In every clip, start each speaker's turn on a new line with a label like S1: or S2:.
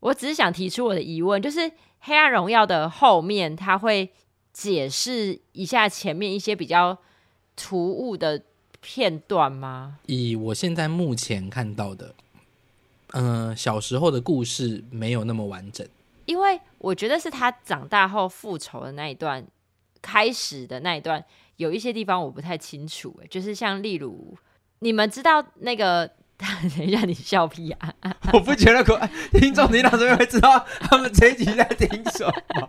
S1: 我只是想提出我的疑问，就是《黑暗荣耀》的后面，它会解释一下前面一些比较突兀的片段吗？
S2: 以我现在目前看到的，嗯、小时候的故事没有那么完整。
S1: 因为我觉得是他长大后复仇的那一段，开始的那一段，有一些地方我不太清楚、欸，就是像例如，你们知道那个， 等一下你笑屁啊！
S3: 我不觉得可爱，听众听到这边会知道他们这一集在听什么。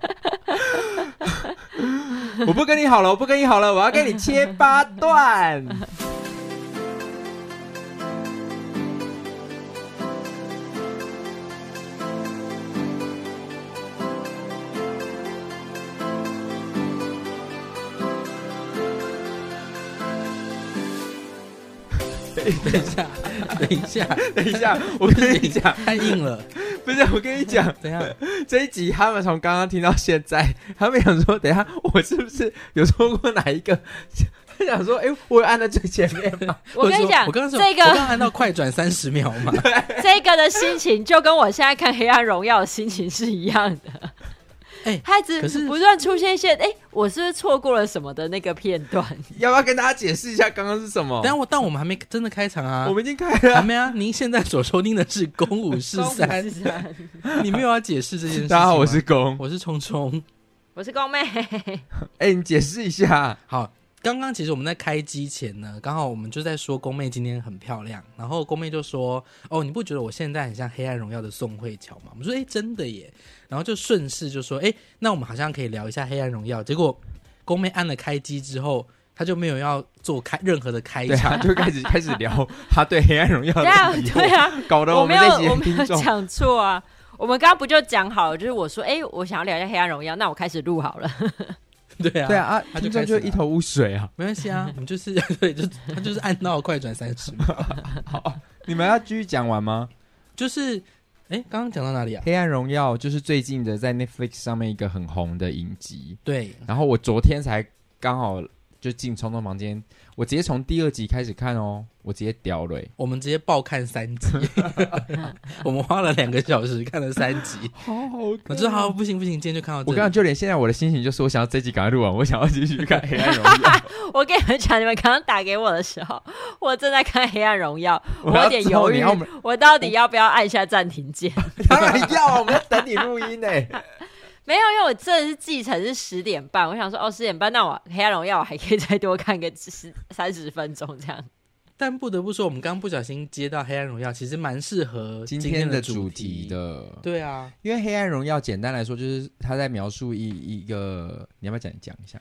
S3: 我不跟你好了，我不跟你好了，我要跟你切八 段。
S2: 等一下，等一 下，
S3: 等一下，我跟你讲，
S2: 太硬了。
S3: 不是，我跟你讲，
S2: 怎样？
S3: 这一集他们从刚刚听到现在，他们想说，等一下我是不是有错过哪一个？他想说，哎、我有按在最前面 吗？
S1: 我跟你讲，
S2: 我刚刚是
S1: 这
S2: 我
S1: 个
S2: 刚按到快转三十秒 嘛，
S1: 这个的心情就跟我现在看《黑暗荣耀》的心情是一样的。
S2: 哎
S1: 他一
S2: 可是
S1: 直不断出现一些，哎、我是不是错过了什么的那个片段？
S3: 要不要跟大家解释一下刚刚是什么？
S2: 但我但我们还没真的开场啊
S3: 我，们已经开
S2: 还
S3: 了。
S2: 没啊。您现在所收听的是《公五 十三》，你没有要解释这件事情吗。
S3: 大家好，我是公。
S2: 我是聪聪。
S1: 我是公妹，
S3: 哎、你解释 一下。
S2: 好，刚刚其实我们在开机前呢，刚好我们就在说宫妹今天很漂亮，然后宫妹就说：“哦，你不觉得我现在很像《黑暗荣耀》的宋慧乔吗？”我们说：“哎，真的耶。”然后就顺势就说：“哎，那我们好像可以聊一下《黑暗荣耀》。”结果宫妹按了开机之后，她就没有要做开任何的开
S3: 对
S2: 场。
S3: 啊，就开始开始聊他对《黑暗荣耀》
S1: 对啊
S3: 的疑，惑
S1: 对啊，
S3: 搞得
S1: 我
S3: 们
S1: 没有
S3: 这，些
S1: 我没
S3: 听
S1: 有
S3: 众
S1: 讲错啊。我们刚刚不就讲好了，就是我说，哎、我想要聊一下《黑暗荣耀》，那我开始录好了。
S2: 对啊，
S3: 对啊，啊
S2: 他就
S3: 听
S2: 开
S3: 众
S2: 始
S3: 就
S2: 了
S3: 一头雾水啊。
S2: 没关系 啊，我们就是 对，就他就是按到快转三十秒，
S3: 你们要继续讲完吗？
S2: 就是哎，诶刚刚讲到哪里啊？
S3: 《黑暗荣耀》就是最近的在 Netflix 上面一个很红的影集，
S2: 对，
S3: 然后我昨天才刚好就进冲动房间，我直接从第二集开始看哦，我直接屌了欸、
S2: 我们直接爆看三 集，我们花了两个小时看了三 集。
S3: 好好
S2: 我知道，好不行不行，今天就看到这
S3: 我
S2: 里。
S3: 刚刚就连现在我的心情就是，我想要这集赶快录完，我想要继续看《黑暗荣耀》，
S1: 我跟你们讲，你们刚刚打给我的时候，我正在看《黑暗荣耀》，我
S3: 要
S1: 有点
S3: 知道
S1: 犹
S3: 你
S1: 豫
S3: 要没，
S1: 我到底要不要按下暂停键？
S3: 当然要啊，我们要等你录音呢、欸
S1: 没有，因为我真的是继承是十点半，我想说哦，十点半，那我《黑暗荣耀》我还可以再多看个十三十分钟这样。
S2: 但不得不说，我们刚刚不小心接到《黑暗荣耀》，其实蛮适合
S3: 今
S2: 天
S3: 天的
S2: 主
S3: 主题。的，
S2: 对啊，
S3: 因为《黑暗荣耀》简单来说就是他在描述一一个，你要不要讲讲一下？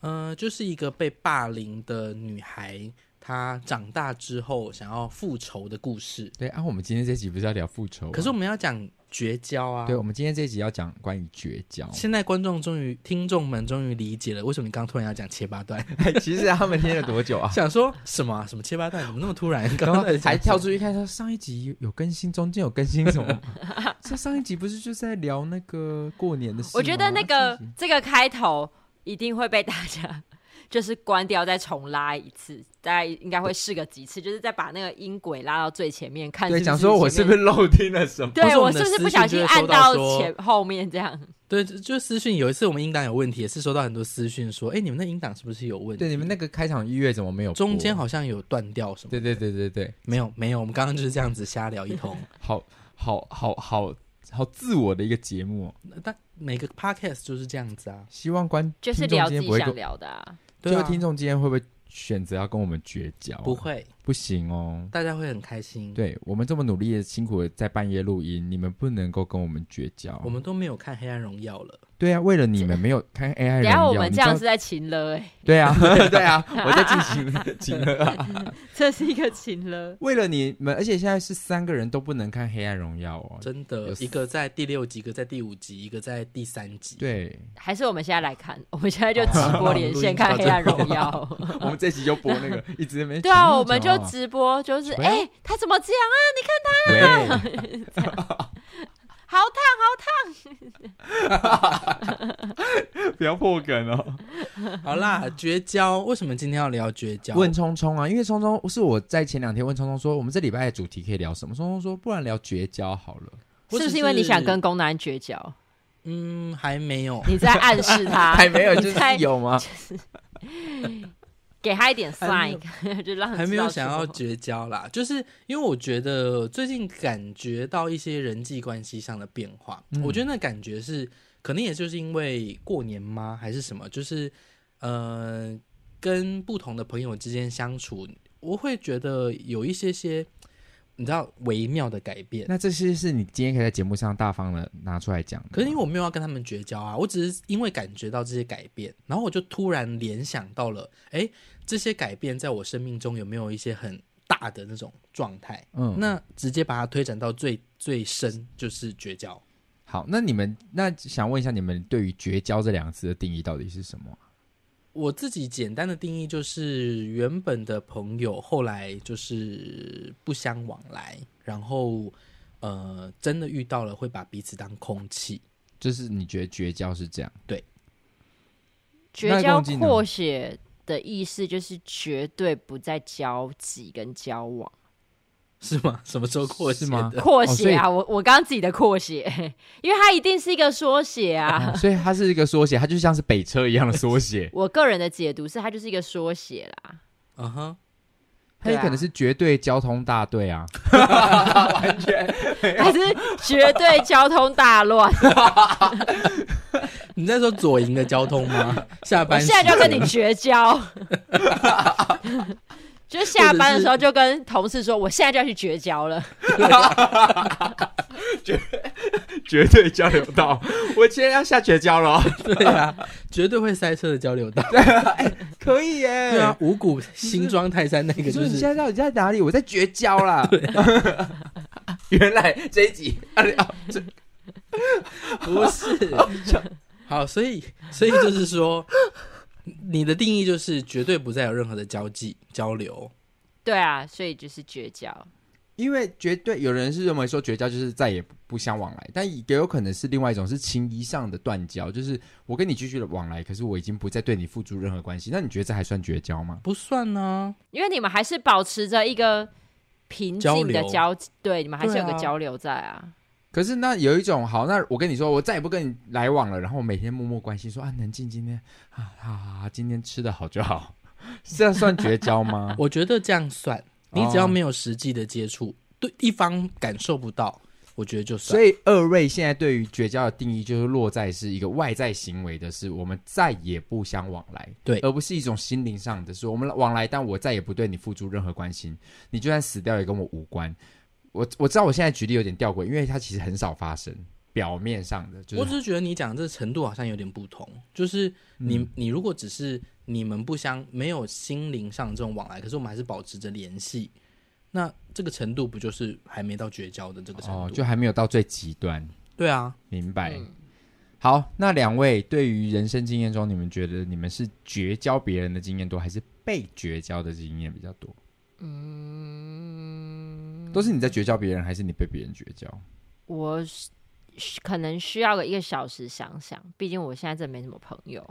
S2: 呃，就是一个被霸凌的女孩，她长大之后想要复仇的故事。
S3: 对啊，我们今天这集不是要聊复仇啊、
S2: 可是我们要讲绝交啊！
S3: 对，我们今天这集要讲关于绝交。
S2: 哦现在观众终于、听众们终于理解了，为什么你刚突然要讲切八段？
S3: 其实他们听了多久啊？
S2: 想说什么、啊？什么切八段？怎么那么突然？ 刚
S3: 然后
S2: 刚在讲
S3: 还跳
S2: 什
S3: 出去看说上一集有更新，中间有更新什么吗？ 这上一集不是就在聊那个过年的事吗？
S1: 我觉得那
S3: 上一
S1: 个
S3: 集
S1: 这个开头一定会被大家 就是关掉再重拉一次，大概应该会试个几次，就是再把那个音轨拉到最前面看
S3: 对
S1: 是不是
S3: 讲说我是
S1: 前
S3: 不是
S1: 面。
S3: 漏听了什么？
S2: 或是
S1: 对
S2: 我
S1: 我
S2: 们
S1: 是
S2: 的
S1: 不是
S2: 私
S1: 不
S2: 讯
S1: 小心
S2: 就会
S1: 按
S2: 收到
S1: 到
S2: 说
S1: 前后面这样？
S2: 么？对，就就私讯有一次我们音档有问题，也是收到很多私讯说，哎、你们那音档是不是有问题？
S3: 对，你们那个开场音乐怎么没有播？
S2: 中间好像有断掉什么？
S3: 对对对对对，
S2: 没有没有，我们刚刚就是这样子瞎聊一通。
S3: 好好好好好自我的一个节目哦，
S2: 那但每个 podcast 就是这样子啊，
S3: 希望观
S1: 就是
S3: 听众
S1: 聊
S3: 今
S1: 自
S3: 天
S1: 己
S3: 不会
S1: 想
S3: 跟，
S1: 聊的啊。
S2: 对
S3: 就
S2: 啊，
S3: 是听众今天会不会选择要跟我们绝交啊？
S2: 不会，
S3: 不行哦。
S2: 大家会很开心。，
S3: 对我们这么努力的、辛苦的在半夜录音，你们不能够跟我们绝交。啊
S2: 我们都没有看《黑暗荣耀》了，
S3: 对啊，为了你们没有看
S1: 等
S3: AI 荣
S1: 一
S3: 耀，
S1: 下我们
S3: 你
S1: 这
S3: 知道
S1: 样是在情了哎、
S3: 对啊，对啊，我在进行情了啊、
S1: 这是一个情了。
S3: 为了你们，而且现在是三个人都不能看《黑暗荣耀》哦。
S2: 真
S3: 有
S2: 的，
S3: 四
S2: 一个在第六集，一个在第五集，一个在第三集。，
S3: 对，
S1: 还是我们现在来看，我们现在就直播连 线看《黑暗荣耀》。
S3: 我们这期就播 那个，一直没。
S1: 对啊，我们就直播，就是
S3: 喂
S1: 哎、他怎么这样啊？
S3: 喂，
S1: 好烫！
S3: 不要破梗哦。
S2: 好啦，绝交。为什么今天要聊绝 交？
S3: 问聪聪啊，因为聪聪是我在前两天问聪聪说，我们这礼拜的主题可以聊什么？聪聪说，不然聊绝交好了。
S2: 我
S1: 是
S2: 只
S1: 不是因为你想跟？宫男绝交？
S2: 嗯，还 没有。
S1: 你在暗示他，
S3: 还没有，就
S1: 你在
S3: 是有吗？
S1: 给他一点
S2: 还没
S1: sign，就 让他
S2: 还没有
S1: 知道
S2: 想
S1: 说
S2: 要绝交啦，就是因为我觉得最近感觉到一些人际关系上的变化，
S3: 嗯
S2: 我觉得那感觉是可能也就是因为过年吗，还是什么，就是呃，跟不同的朋友之间相处，我会觉得有一些些你知道微妙的改变。
S3: 那这些是你今天可以在节目上大方的拿出来讲的吗。
S2: 可是因为我没有要跟他们绝交啊，我只是因为感觉到这些改变，然后我就突然联想到了，哎，这些改变在我生命中有没有一些很大的那种状态？
S3: 嗯
S2: 那直接把它推展到最最深，就是绝交。
S3: 好，那你们那想问一下，你们对于“绝交”这两个字的定义到底是什么？啊
S2: 我自己简单的定义就是，原本的朋友后来就是不相往来，然后呃，真的遇到了会把彼此当空气。
S3: 就是你觉得绝交是这样？
S1: 绝
S3: 那
S1: 交
S3: 共进呢
S1: 扩写的意思就是绝对不再交集跟交往。
S2: 是吗？什么时候过
S3: 是
S2: 节
S3: 吗
S2: 的？
S1: 扩
S3: 哦所
S1: 写
S3: 以
S1: 啊，我我刚刚自己的扩写， 因为它一定是一个缩写啊。。
S3: 哦所以它是一个缩写，它就像是北车一样的缩写
S1: 我个人的解读是，它就是一个缩写啦。
S2: 嗯哼，
S3: 它也可能是绝对交通大队啊，
S1: 还是绝对交通大乱。
S2: 你在说左营的交通吗？下
S1: 我
S2: 班
S1: 现在就
S2: 时
S1: 跟你绝交， 就是下班的时候就跟同事说，我现在就要去绝交了。
S3: 绝对交流道。我今天要下绝交 了，
S2: 对啊，绝对会塞车的交流道。
S3: 可以耶
S2: 对啊，五股新庄泰山那
S3: 你
S2: 个
S3: 说
S2: 就
S3: 你现
S2: 是
S3: 在到底在哪里？我在绝交 啦。原来这一 集，啊啊这
S2: 不是？好，所以所以就是说，你的定义就是绝对不再有任何的交际交流。
S1: 对啊，所以就是绝交。
S3: 因为绝对有人是认为说绝交就是再也不相往来，但也有可能是另外一种是情谊上的断交，就是我跟你继续的往来，可是我已经不再对你付出任何关系。那你觉得这还算绝交吗？
S2: 不算呢、
S1: 因为你们还是保持着一个平静的
S2: 交
S1: 交，对，你们还是有个
S2: 对啊？
S1: 交流在啊。
S3: 可是那有一种好，那我跟你说，我再也不跟你来往了，然后我每天默默关心说啊，能进今天啊啊，今天吃的好就 好，这算绝交吗
S2: 我觉得这样算，你只
S3: 哦
S2: 要没有实际的接触，对一方感受不到，我觉得就算
S3: 所。以二位现在对于绝交的定义，就是落在是一个外在行为的是，我们再也不相往来，
S2: 对
S3: 而不是一种心灵上的，是我们往来，但我再也不对你付出任何关心，你就算死掉也跟我无关。我我知道我现在举例有点吊诡，因为它其实很少发生，表面上的就
S2: 我只
S3: 是
S2: 是觉得你讲这程度好像有点不同，就是你、
S3: 嗯
S2: 你如果只是你们不相没有心灵上这种往来，可是我们还是保持着联系，那这个程度不就是还没到绝交的这个程度？
S3: 哦，就还没有到最极端，
S2: 对啊，
S3: 明白。
S1: 嗯
S3: 好，那两位对于人生经验中，你们觉得你们是绝交别人的经验多，还是被绝交的经验比较多？嗯，都是你在绝交别人，还是你被别人绝交？
S1: 我是可能需要个一个小时想想，毕竟我现在真的没什么朋友。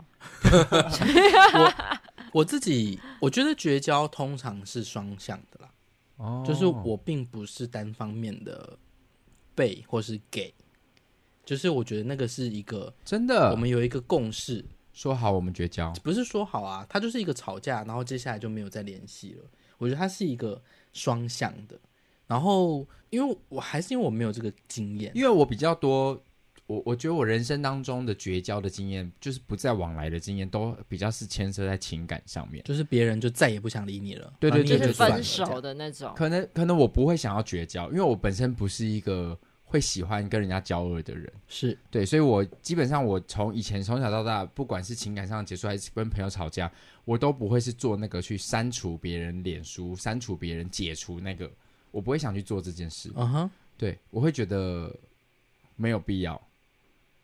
S2: 我自己我觉得绝交通常是双向的啦，
S3: 哦
S2: 就是我并不是单方面的被或是给，就是我觉得那个是一个、
S3: 真的，
S2: 我
S3: 我们
S2: 们有一个共识，
S3: 说好我们绝交，
S2: 不是说好啊，它就是一个吵架，然后接下来就没有再联系了。我觉得它是一个双向的。然后，因为我还是因为我没有这个经验，
S3: 因为我比较多，我我觉得我人生当中的绝交的经验，就是不再往来的经验，都比较是牵涉在情感上面。
S2: 就是别人就再也不想理你了，
S3: 对
S2: 然后
S3: 对
S2: 你
S1: 就
S2: 也
S3: 对
S1: 是
S2: 就算了
S1: 分
S2: 这
S1: 手
S2: 样
S1: 的那种，
S3: 可能可能我不会想要绝交，因为我本身不是一个会喜欢跟人家交恶的人。
S2: 是
S3: 对，所以我基本上我从以前从小到大，不管是情感上的结束还是跟朋友吵架，我都不会是做那个去删除别人脸书、删除别人、解除那个，我不会想去做这件事。
S2: 嗯哼，
S3: 对，我会觉得没有必要，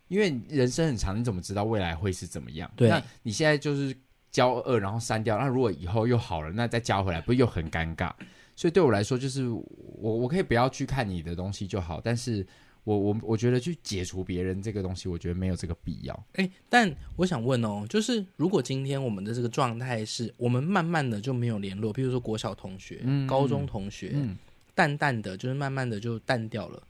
S3: 因为人生很长，你怎么知道未来会是怎么样？
S2: 对
S3: 那你现在就是交恶，然后删掉，那如果以后又好了，那再加回来，不是又很尴尬？所以对我来说，就是我我可以不要去看你的东西就好，但是我我我觉得去解除别人这个东西，我觉得没有这个必要。
S2: 哎，但我想问哦，就是如果今天我们的这个状态是我们慢慢的就没有联络，比如说国小同学、
S3: 嗯
S2: 高中同学，
S3: 嗯，
S2: 淡淡的，就是慢慢的就淡掉了，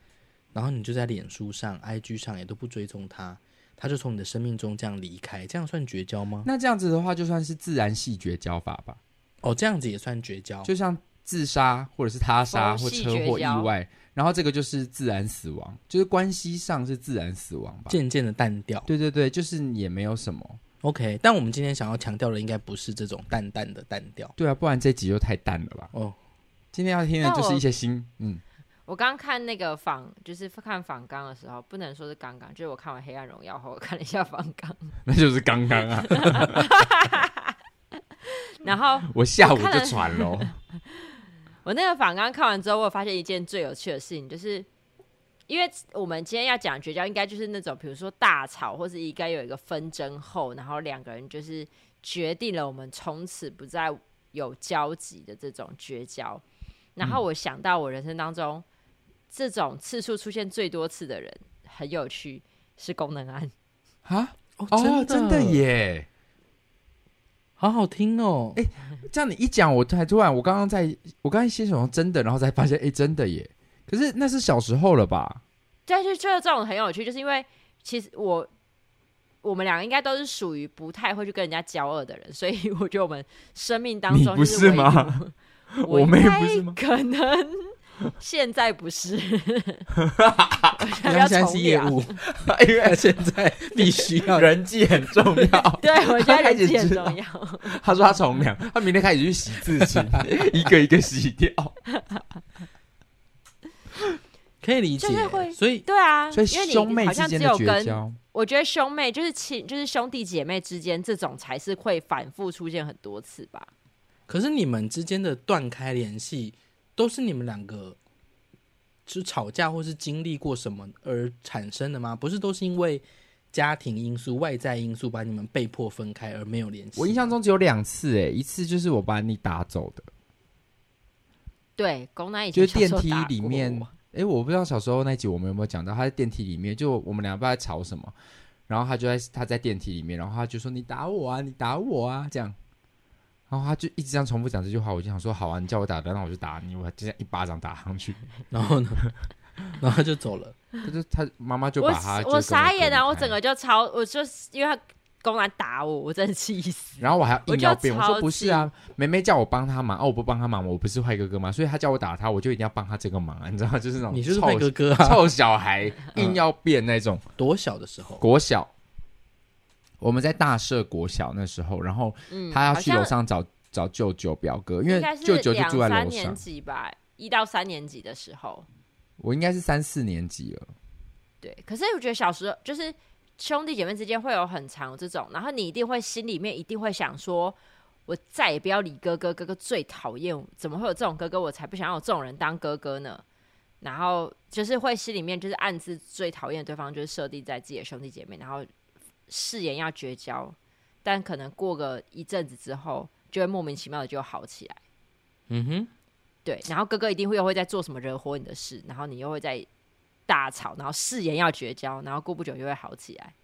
S2: 然后你就在脸书上、IG 上也都不追踪他，他就从你的生命中这样离开，这样算绝交吗？
S3: 那这样子的话，就算是自然系绝交法吧，
S2: 哦，这样子也算绝交。
S3: 就像自杀或者是他杀
S1: 哦
S3: 或
S1: 系
S3: 车
S1: 绝
S3: 祸意
S1: 交
S3: 外，然后这个就是自然死亡，就是关系上是自然死亡吧。
S2: 渐渐的淡掉
S3: 对对对，就是也没有什么。
S2: ，OK。但我们今天想要强调的应该不是这种淡淡的淡掉
S3: 对啊，不然这集就太淡了吧。
S2: 哦，
S3: 今天要听的
S1: 那
S3: 就
S1: 我
S3: 是一些新，嗯，
S1: 我刚看那个仿，就是看仿纲的时候，不能说是刚刚，就是我看完《黑暗荣耀》后，我看了一下仿纲，
S3: 那就是刚 刚啊，
S1: 然后
S3: 我下午
S1: 我看
S3: 就
S1: 了
S3: 传喽。
S1: 我那个访纲看完之后，我有发现一件最有趣的事情，就是因为我们今天要讲绝交，应该就是那种比如说大吵，或是应该有一个纷争后，然后两个人就是决定了我们从此不再有交集的这种绝交。然后我想到我人生当中这种次数出现最多次的人，很有趣，是功能案。
S3: 啊，
S2: 哦
S3: 哦，真的，耶！
S2: 好好听哦。
S3: 哎这样你一讲，我才突然，我刚刚在，我刚才先想说真的，然后才发现，哎，真的耶。可是那是小时候了吧？
S1: 对，就就是这种很有趣，就是因为其实我我们俩应该都是属于不太会去跟人家交恶的人，所以我觉得我们生命当中
S3: 你不
S1: 就是
S3: 是
S1: 唯独
S3: 吗？
S1: 我
S3: 我们也
S1: 应该
S3: 不是吗
S1: 可能现在不是，我
S2: 你
S1: 现在
S2: 要
S1: 要
S2: 现在
S1: 从
S2: 是业
S1: 良。
S2: 务，
S3: 因为
S2: 但现在必须要
S3: 人际很重要。
S1: 对，我现在
S3: 开
S1: 人
S3: 始
S1: 际 很
S3: 知道
S1: 重要。
S3: 他说他从良， 他明天开始去洗自 己，一个一个洗掉。
S2: 可以理解
S1: 就是会，
S2: 所以
S1: 对啊，
S3: 所以
S1: 因为你
S3: 兄妹
S1: 好
S3: 之
S1: 像只
S3: 间
S1: 有
S3: 的
S1: 跟
S3: 绝交，
S1: 我觉得兄妹就是亲，就是兄弟姐妹之间这种才是会反复出现很多次吧。
S2: 可是你们之间的断开联系，都是你们两个是吵架或是经历过什么而产生的吗？不是都是因为家庭因素、外在因素把你们被迫分开而没有联系？
S3: 我印象中只有两次，哎，一次就是我把你打走的，
S1: 对，公男以前
S3: 就是
S1: 小
S3: 电
S1: 时候
S3: 梯
S1: 打
S3: 里
S1: 过
S3: 面
S1: 我，
S3: 哎、我不知道小时候那集我们有没有讲到，他在电梯里面，就我们俩不知道在吵什么，然后他就在他在电梯里面，然后他就说你打我啊，你打我啊这样，然后他就一直这样重复讲这句话，我就想说好啊，你叫我打的，那我就打你，我就这样一巴掌打上去，
S2: 然后呢，然后就走了。
S3: 他就他妈妈就
S1: 我
S3: 把他就
S1: 我傻
S3: 跟
S1: 眼
S3: 分
S1: 啊！我
S3: 开
S1: 整个就超，我就是因为他公然打我，我真的气死。
S3: 然后我还
S1: 我就
S3: 硬要辩，我
S1: 超
S3: 说不是啊，梅梅叫我帮她忙，哦，我不帮她忙，我不是坏哥哥吗？所以她叫我打她，我就一定要帮她这个忙啊，你知道吗，就是那种
S2: 你就是
S3: 臭
S2: 坏哥哥啊！
S3: 臭小孩，硬要变那种。
S2: 多小的时候，
S3: 国小，我们在大社国小那时候，然后
S1: 嗯，
S3: 他要
S1: 好
S3: 去
S1: 像
S3: 楼上找找舅舅表哥，因
S1: 应
S3: 为
S1: 该是
S3: 舅舅就住在
S1: 两三
S3: 楼
S1: 年
S3: 上。
S1: 级吧，一到三年级的时候，
S3: 我应该是三四年级了，
S1: 对。可是我觉得小时候就是兄弟姐妹之间会有很长这种，然后你一定会心里面一定会想说，我再也不要理哥哥，哥哥最讨厌我，怎么会有这种哥哥？我才不想要有这种人当哥哥呢。然后就是会心里面就是暗自最讨厌对方，就是设定在自己的兄弟姐妹，然后誓言要绝交，但可能过个一阵子之后，就会莫名其妙的就好起来。
S2: 嗯哼，
S1: 对，然后哥哥一定会又会在做什么惹火你的事，然后你又会在大吵，然后誓言要绝交，然后过不久就会好起来。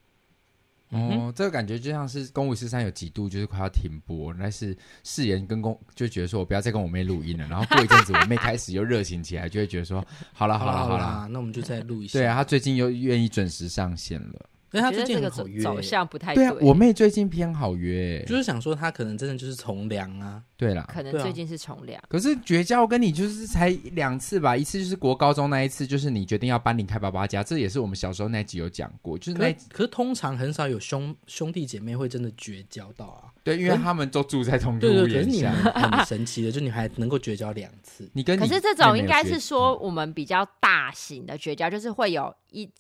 S2: 嗯
S3: 哦，这个感觉就像是《公五十三》有几度就是快要停播，但是誓言跟公就觉得说我不要再跟我妹 录音了，然后过一阵子我妹开始又热情起来，就会觉得说好了
S2: 好
S3: 好了
S2: 啦
S3: 好
S2: 好
S3: 了，
S2: 啦，那我们就再录一下。
S3: 对啊，，她最近又愿意准时上线了，
S2: 因为他
S1: 我觉
S2: 最
S1: 得这
S2: 近
S1: 个
S2: 很好
S1: 走
S2: 约，
S1: 走向不太
S3: 对啊，我妹最近偏好约，欸
S2: 就是想说他可能真的就是从良啊。
S3: 对啦，
S1: 可能
S2: 对啊
S1: 最近是从良。
S3: 可是绝交跟你就是才两次吧，一次就是国高中那一次，就是你决定要搬离开爸爸家，这也是我们小时候那一集有讲过，就是
S2: 可
S3: 那
S2: 可是通常很少有兄兄弟姐妹会真的绝交到啊。
S3: 对，因为他们都住在同一
S2: 对
S3: 个屋
S2: 对，可是
S3: 檐
S2: 你们
S3: 下。
S2: 很神奇的，就你还能够绝交两次。
S3: 你跟你
S1: 可是这种应该是
S3: 嗯
S1: 说我们比较大型的绝交，就是会有一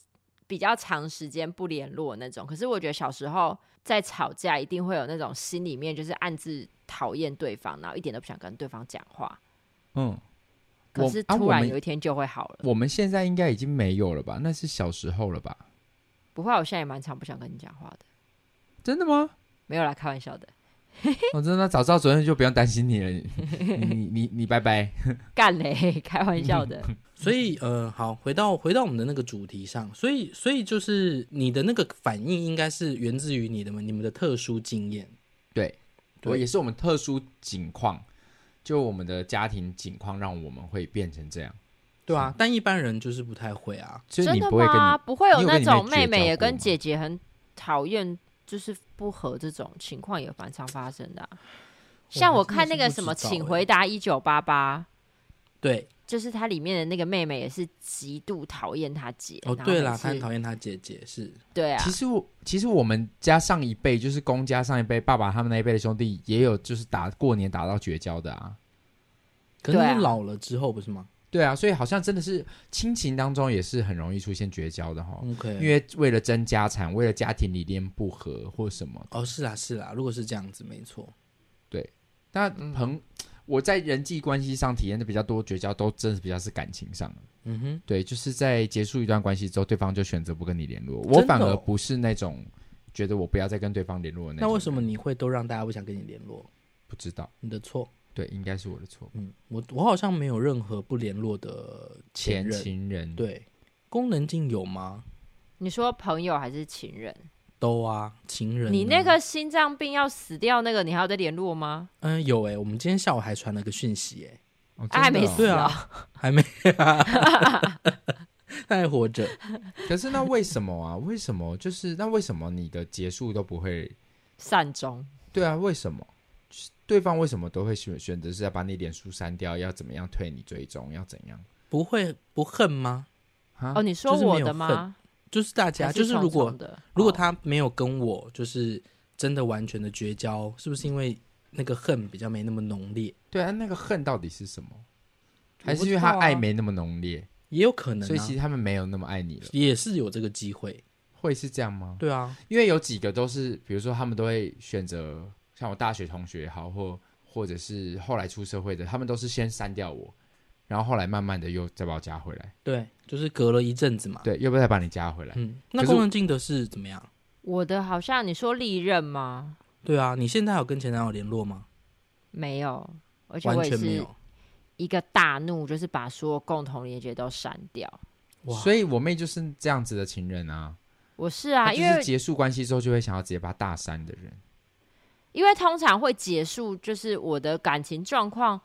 S1: 比较长时间不联络那种。可是我觉得小时候在吵架，一定会有那种心里面就是暗自讨厌对方，然后一点都不想跟对方讲话。
S3: 嗯，
S1: 可
S3: 我
S1: 是
S3: 啊
S1: 突
S3: 我
S1: 然
S3: 们
S1: 有一天就会好了。
S3: 我们现在应该已经没有了吧？那是小时候了吧？
S1: 不会啊，我现在也蛮常不想跟你讲话的。
S3: 真的吗？
S1: 没有啦，开玩笑的。
S3: 我、真的早知道昨天就不用担心你 了，你你你你你拜拜。
S1: 干嘞， 开玩笑的。
S2: 所以，呃，好，回到回到我们的那个主题上，所以，所以就是你的那个反应应该是源自于你的你们的特殊经验，
S3: 对，
S2: 对
S3: 我也是我们特殊情况，就我们的家庭情况让我们会变成这样。
S2: 对啊，但一般人 就是不太会啊。
S3: 所以
S1: 真
S3: 你
S1: 的
S3: 不会跟
S1: 吗？
S3: 你
S1: 不会有
S3: 你有
S1: 那
S3: 跟你妹
S1: 种妹
S3: 绝
S1: 妹
S3: 交
S1: 也
S3: 过
S1: 跟
S3: 吗
S1: 姐姐很讨厌，就是不和这种情况也蛮常发生的啊、像
S2: 还
S1: 我
S2: 真的
S1: 看
S2: 是
S1: 那个
S2: 不
S1: 什
S2: 知
S1: 么《
S2: 道
S1: 请
S2: 欸
S1: 回答一九八八》，
S2: 对，
S1: 就是它里面的那个妹妹也是极度讨厌她姐。
S2: 哦，
S1: 然后
S2: 对
S1: 每
S2: 啦，
S1: 次
S2: 他很讨厌他姐姐，是
S1: 对啊
S3: 其，实我其实我们家上一辈就是公家上一辈，爸爸他们那一辈的兄弟也有就是打过年打到绝交的啊。
S2: 可是
S1: 对
S2: 他
S1: 啊
S2: 老了之后不是吗
S3: 对啊，所以好像真的是亲情当中也是很容易出现绝交的哈、
S2: ？OK，
S3: 因为为了争家产，为了家庭理念不合或什么。
S2: 哦，是啦是啦，如果是这样子，没错。
S3: 那朋、我在人际关系上体验的比较多绝交，都真的是比较是感情上的。
S2: 嗯哼，
S3: 对，就是在结束一段关系之后，对方就选择不跟你联络。
S2: 真
S3: 我
S2: 的
S3: 反而
S2: 哦
S3: 不是那种觉得我不要再跟对方联络的那种
S2: 那
S3: 人。
S2: 为什么你会都让大家不想跟你联络？
S3: 不知道？
S2: 你的错。
S3: 对，应该是我的错。
S2: 嗯，我我好像没有任何不联络的前
S3: 前
S2: 任。
S3: 情人，
S2: 对，功能性有吗？
S1: 你说朋友还是情人？
S2: 都啊，情人呢。
S1: 你那个心脏病要死掉那个，你还要再联络吗？
S2: 嗯有哎、我们今天下午还传了个讯息哎、
S3: 哦
S1: 啊还
S3: 真的
S1: 没
S3: 哦
S1: 死
S2: 对啊，还没、啊 他还活着。
S3: 可是那为什么啊？为什么就是那为什么你的结束都不会？
S1: 善终。
S3: 对啊，为什么？就是对方为什么都会选选择是要把你脸书删掉，要怎么样退你追踪，要怎样
S2: 不会不恨吗？
S3: 啊？
S1: 哦，你说
S2: 就是没
S1: 我
S2: 有
S1: 的
S2: 恨
S1: 吗？
S2: 就是大家，
S1: 还
S2: 就是如果
S1: 双重的
S2: 如果
S1: 哦
S2: 他没有跟我就是真的完全的绝交，是不是因为那个恨比较没那么浓烈？
S3: 对啊，那个恨到底是什么？
S2: 我
S3: 还
S2: 不
S3: 是因为
S2: 知
S3: 他
S2: 道啊
S3: 爱没那么浓烈，
S2: 也有可能、啊，
S3: 所以其实他们没有那么爱你了，
S2: 也是有这个机会。
S3: 会是这样吗？
S2: 对啊，
S3: 因为有几个都是，比如说他们都会选择，像我大学同学也好，或或者是后来出社会的，他们都是先删掉我，然后后来慢慢的又再把我加回来，
S2: 对，就是隔了一阵子嘛。
S3: 对，又不再把你加回来。
S2: 啊嗯，那
S3: 可是
S2: 功能性的是怎么样？
S1: 我的好像你说历任吗？
S2: 对啊，你现在有跟前男友联络吗？
S1: 没有，而且
S2: 完
S1: 我也
S2: 全没
S1: 是
S2: 有。
S1: 一个大怒，就是把所有共同连接都删掉。
S2: 哇，
S3: 所以我妹就是这样子的情人啊，
S1: 我是啊，
S3: 她就
S1: 因
S3: 是
S1: 为
S3: 结束关系之后就会想要直接把她大删的人。
S1: 因为通常会结束，就是我的感情状况，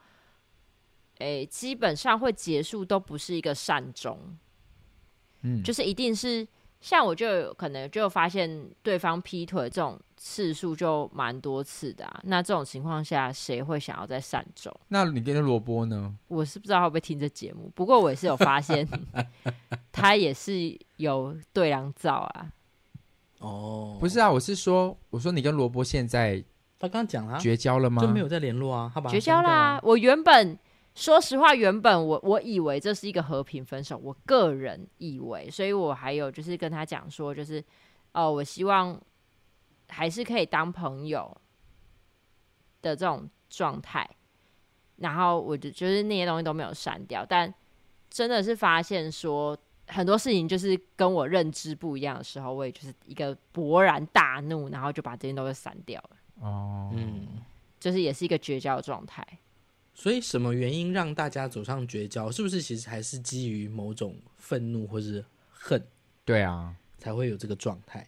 S1: 诶、基本上会结束都不是一个善终，
S3: 嗯，
S1: 就是一定是像我就有可能就发现对方劈腿这种次数就蛮多次的、啊，那这种情况下谁会想要再善终？
S3: 那你跟萝卜呢？
S1: 我是不知道他会不会听这节目，不过我也是有发现， 他也是有对狼照啊。
S2: 哦，
S3: 不是啊，我是说，我说你跟萝卜现在
S2: 他刚刚讲啦，
S3: 绝交了吗？
S2: 啊就没有再联络啊，他把他
S1: 绝交
S2: 删掉
S1: 啦
S2: 啊。！
S1: 我原本说实话，原本我我以为这是一个和平分手，我个人以为，所以我还有就是跟他讲说，就是哦，我希望还是可以当朋友的这种状态。然后我就就是那些东西都没有删掉，但真的是发现说很多事情就是跟我认知不一样的时候，我也就是一个勃然大怒，然后就把这些都西删掉了，
S3: 哦，
S2: 嗯，
S1: 就是也是一个绝交的状态。
S2: 所以什么原因让大家走上绝交？是不是其实还是基于某种愤怒或是恨？
S3: 对啊，
S2: 才会有这个状态。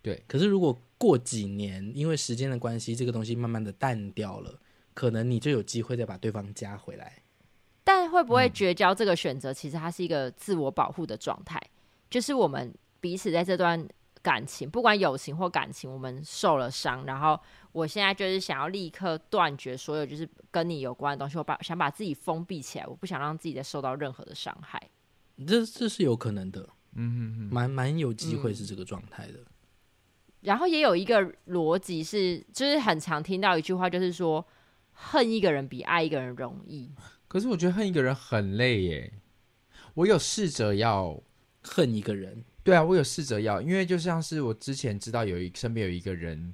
S3: 对，
S2: 可是如果过几年，因为时间的关系，这个东西慢慢的淡掉了，可能你就有机会再把对方加回来。
S1: 但会不会绝交这个选择，其实它是一个自我保护的状态，就是我们彼此在这段感情，不管友情或感情，我们受了伤，然后我现在就是想要立刻断绝所有就是跟你有关的东西，我把想把自己封闭起来，我不想让自己再受到任何的伤害。
S2: 这这是有可能的，
S3: 嗯嗯嗯，
S2: 蛮蛮有机会是这个状态的。
S1: 然后也有一个逻辑是，就是很常听到一句话，就是说恨一个人比爱一个人容易。
S3: 可是我觉得恨一个人很累耶，我有试着要
S2: 恨一个人，
S3: 对啊，我有试着要，因为就像是我之前知道有一身边有一个人，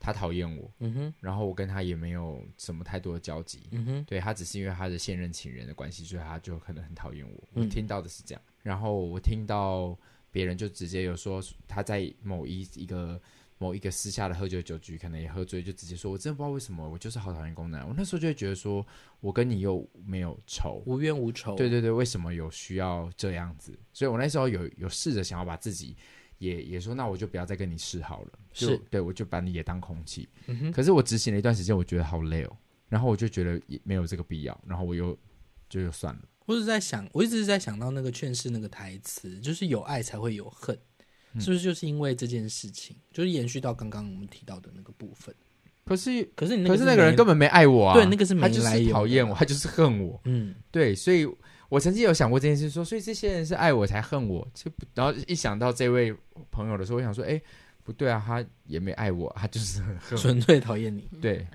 S3: 他讨厌我，
S2: 嗯哼，
S3: 然后我跟他也没有什么太多的交集，
S2: 嗯哼，
S3: 对他只是因为他的现任情人的关系，所以他就可能很讨厌我。我
S2: 嗯
S3: 听到的是这样，然后我听到别人就直接有说他在某一一个某一个私下的喝酒酒局，可能也喝醉，就直接说我真的不知道为什么，我就是好讨厌公男。我那时候就会觉得说，我跟你又没有仇，
S2: 无冤无仇。
S3: 对，对对，为什么有需要这样子？所以我那时候有有试着想要把自己也也说，那我就不要再跟你试好了，就是对我就把你也当空气。
S2: 嗯哼，
S3: 可是我执行了一段时间，我觉得好累哦，然后我就觉得也没有这个必要，然后我又就又算了。
S2: 我只是在想，我一直在想到那个劝世那个台词，就是有爱才会有恨，
S3: 嗯
S2: 是不是就是因为这件事情，就是延续到刚刚我们提到的那个部分？
S3: 可是
S2: 可是你那
S3: 可
S2: 是
S3: 是那个人根
S2: 本
S3: 本没爱我啊，
S2: 对那个是没
S3: 他就
S2: 来由
S3: 是
S2: 的
S3: 讨厌我，他就是恨我，
S2: 嗯，
S3: 对，所以我曾经有想过这件事，说，所以这些人是爱我才恨我，这不然后一想到这位朋友的时候，我想说，哎，不对啊，他也没爱我，他就是
S2: 嗯
S3: 很恨我，
S2: 纯粹讨厌你，
S3: 对，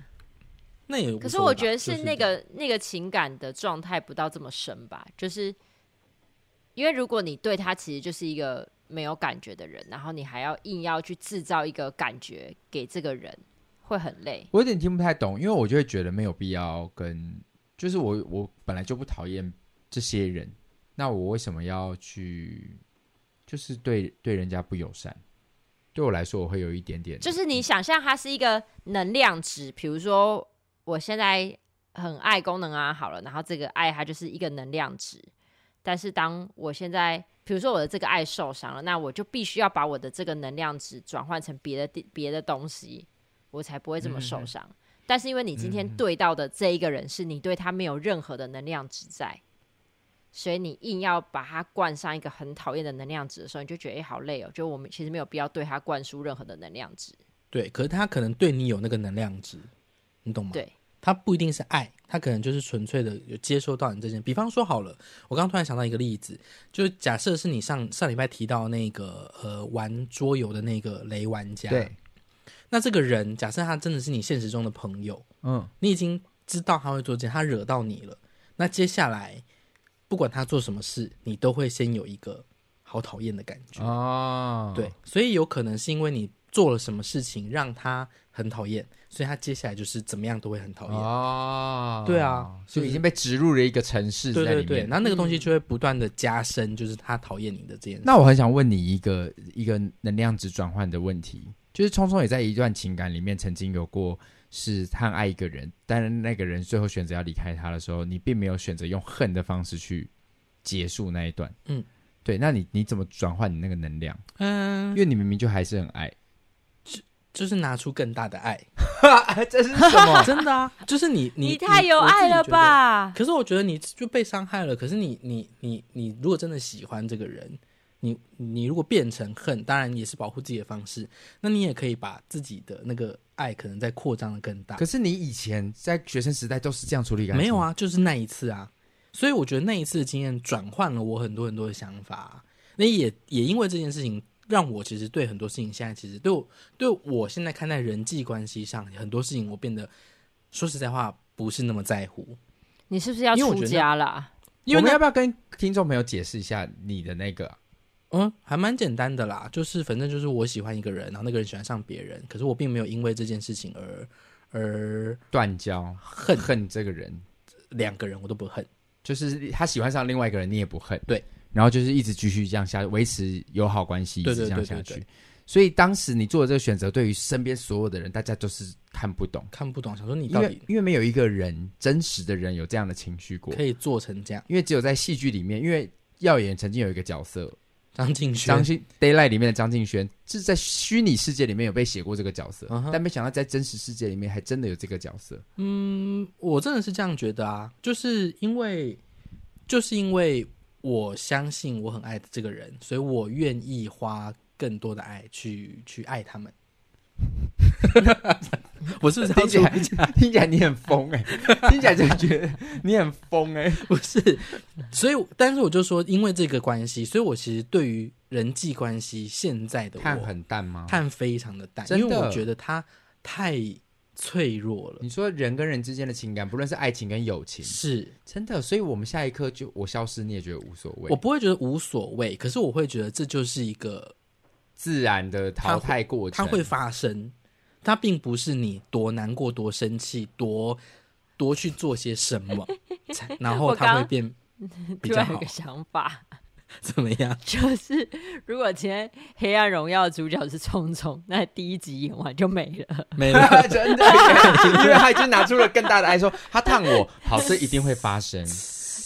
S2: 那也无所谓吧
S1: 可是我觉得
S2: 就是
S1: 那个、那个情感的状态不到这么深吧，就是因为如果你对他其实就是一个没有感觉的人，然后你还要硬要去制造一个感觉给这个人，会很累。
S3: 我有点听不太懂，因为我就会觉得没有必要跟，就是我我本来就不讨厌这些人，那我为什么要去，就是对对人家不友善？对我来说，我会有一点点，
S1: 就是你想象它是一个能量值，比如说我现在很爱功能啊，好了，然后这个爱它就是一个能量值，但是当我现在比如说我的这个爱受伤了，那我就必须要把我的这个能量值转换成别的地别的东西，我才不会
S2: 嗯
S1: 这么受伤。但是因为你今天对到的这一个人是你对他没有任何的能量值在，所以你硬要把它灌上一个很讨厌的能量值的时候，你就觉得哎、诶好累哦，就我们其实没有必要对他灌输任何的能量值。
S2: 对，可是他可能对你有那个能量值，你懂吗？
S1: 对，
S2: 他不一定是爱，他可能就是纯粹的有接收到你这件。比方说好了，我刚刚突然想到一个例子，就是假设是你上上礼拜提到那个呃玩桌游的那个雷玩家，
S3: 对，，
S2: 那这个人假设他真的是你现实中的朋友，
S3: 嗯，
S2: 你已经知道他会做这件，他惹到你了，那接下来不管他做什么事，你都会先有一个好讨厌的感觉。
S3: 哦，
S2: 啊对，，所以有可能是因为你做了什么事情让他很讨厌，所以他接下来就是怎么样都会很讨厌。
S3: 哦，
S2: 对啊
S3: 所以已经被植入了一个城市在
S2: 对
S3: 里面。
S2: 对对，那那个东西就会不断的加深，就是他讨厌你的这件事。
S3: 嗯那我很想问你一个一个能量值转换的问题，就是聪聪也在一段情感里面曾经有过是他很爱一个人，但是那个人最后选择要离开他的时候，你并没有选择用恨的方式去结束那一段。
S2: 嗯，
S3: 对，那你你怎么转换你那个能量？因
S2: 嗯，
S3: 为你明明就还是很爱，
S2: 就是拿出更大的爱，
S3: 这是什 么？
S2: 真的啊，就是你你
S1: 你太有爱了？
S2: 我自己觉得
S1: 吧？
S2: 可是我觉得你就被伤害了，可是你你你你如果真的喜欢这个人。你你如果变成恨，当然也是保护自己的方式。那你也可以把自己的那个爱，可能再扩张的更大。
S3: 可是你以前在学生时代都是这样处理感情，
S2: 没有？啊，就是那一次啊。所以我觉得那一次的经验转换了我很多很多的想法啊、那也也因为这件事情，让我其实对很多事情现在其实对我对我现在看待人际关系上很多事情，我变得说实在话不是那么在乎，
S1: 你是不是要
S2: 因为我
S1: 出
S2: 觉得
S1: 家了？
S2: 因为
S3: 我们
S2: 那
S3: 要不要跟听众朋友解释一下你的那个啊？
S2: 嗯还蛮简单的啦，就是反正就是我喜欢一个人，然后那个人喜欢上别人，可是我并没有因为这件事情而而
S3: 断交
S2: 恨
S3: 恨这个人，
S2: 两个人我都不恨，
S3: 就是他喜欢上另外一个人，你也不恨，
S2: 对，
S3: 然后就是一直继续这样下，维持友好关系，一
S2: 对
S3: 直
S2: 对
S3: 这样下
S2: 对对
S3: 去
S2: 对。
S3: 所以当时你做的这个选择，对于身边所有的人，大家都是看不懂，
S2: 看不懂，想说你
S3: 因
S2: 到底
S3: 为因为没有一个人真实的人有这样的情绪过
S2: 可，以做成这样，
S3: 因为只有在戏剧里面，因为耀眼曾经有一个角色
S2: 张敬轩
S3: 张信《Daylight》里面的张敬轩，是在虚拟世界里面有被写过这个角色
S2: 嗯哼
S3: 但没想到在真实世界里面还真的有这个角色。
S2: 我真的是这样觉得啊，就是因为，就是因为我相信我很爱的这个人，所以我愿意花更多的爱去去爱他们。 我是不是
S3: 听起
S2: 要
S3: 来
S2: 出
S3: 听起来你很疯哎、听起来就觉得你很疯哎、
S2: 不是，所以但是我就说，因为这个关系，所以我其实对于人际关系现在的我
S3: 碳很淡吗？
S2: 看非常的淡，
S3: 真的
S2: 因为我觉得它太脆弱了。
S3: 你说人跟人之间的情感，不论是爱情跟友情，
S2: 是
S3: 真的，所以我们下一刻就我消失，你也觉得无所谓，
S2: 我不会觉得无所谓，可是我会觉得这就是一个
S3: 自然的淘汰过程，
S2: 它会发生，它并不是你多难过、多生气、多多去做些什 么，才然后
S1: 我刚
S2: 它会 变比
S1: 突
S2: 较
S1: 然有
S2: 好
S1: 个，想法，
S2: 怎么样？
S1: 就是如果今天《黑暗荣耀》的主角是聪聪，那第一集演完就没了。
S2: 没了，
S3: 真的耶，因为他已经拿出了更大的爱，说他烫我，好，这一定会 发生。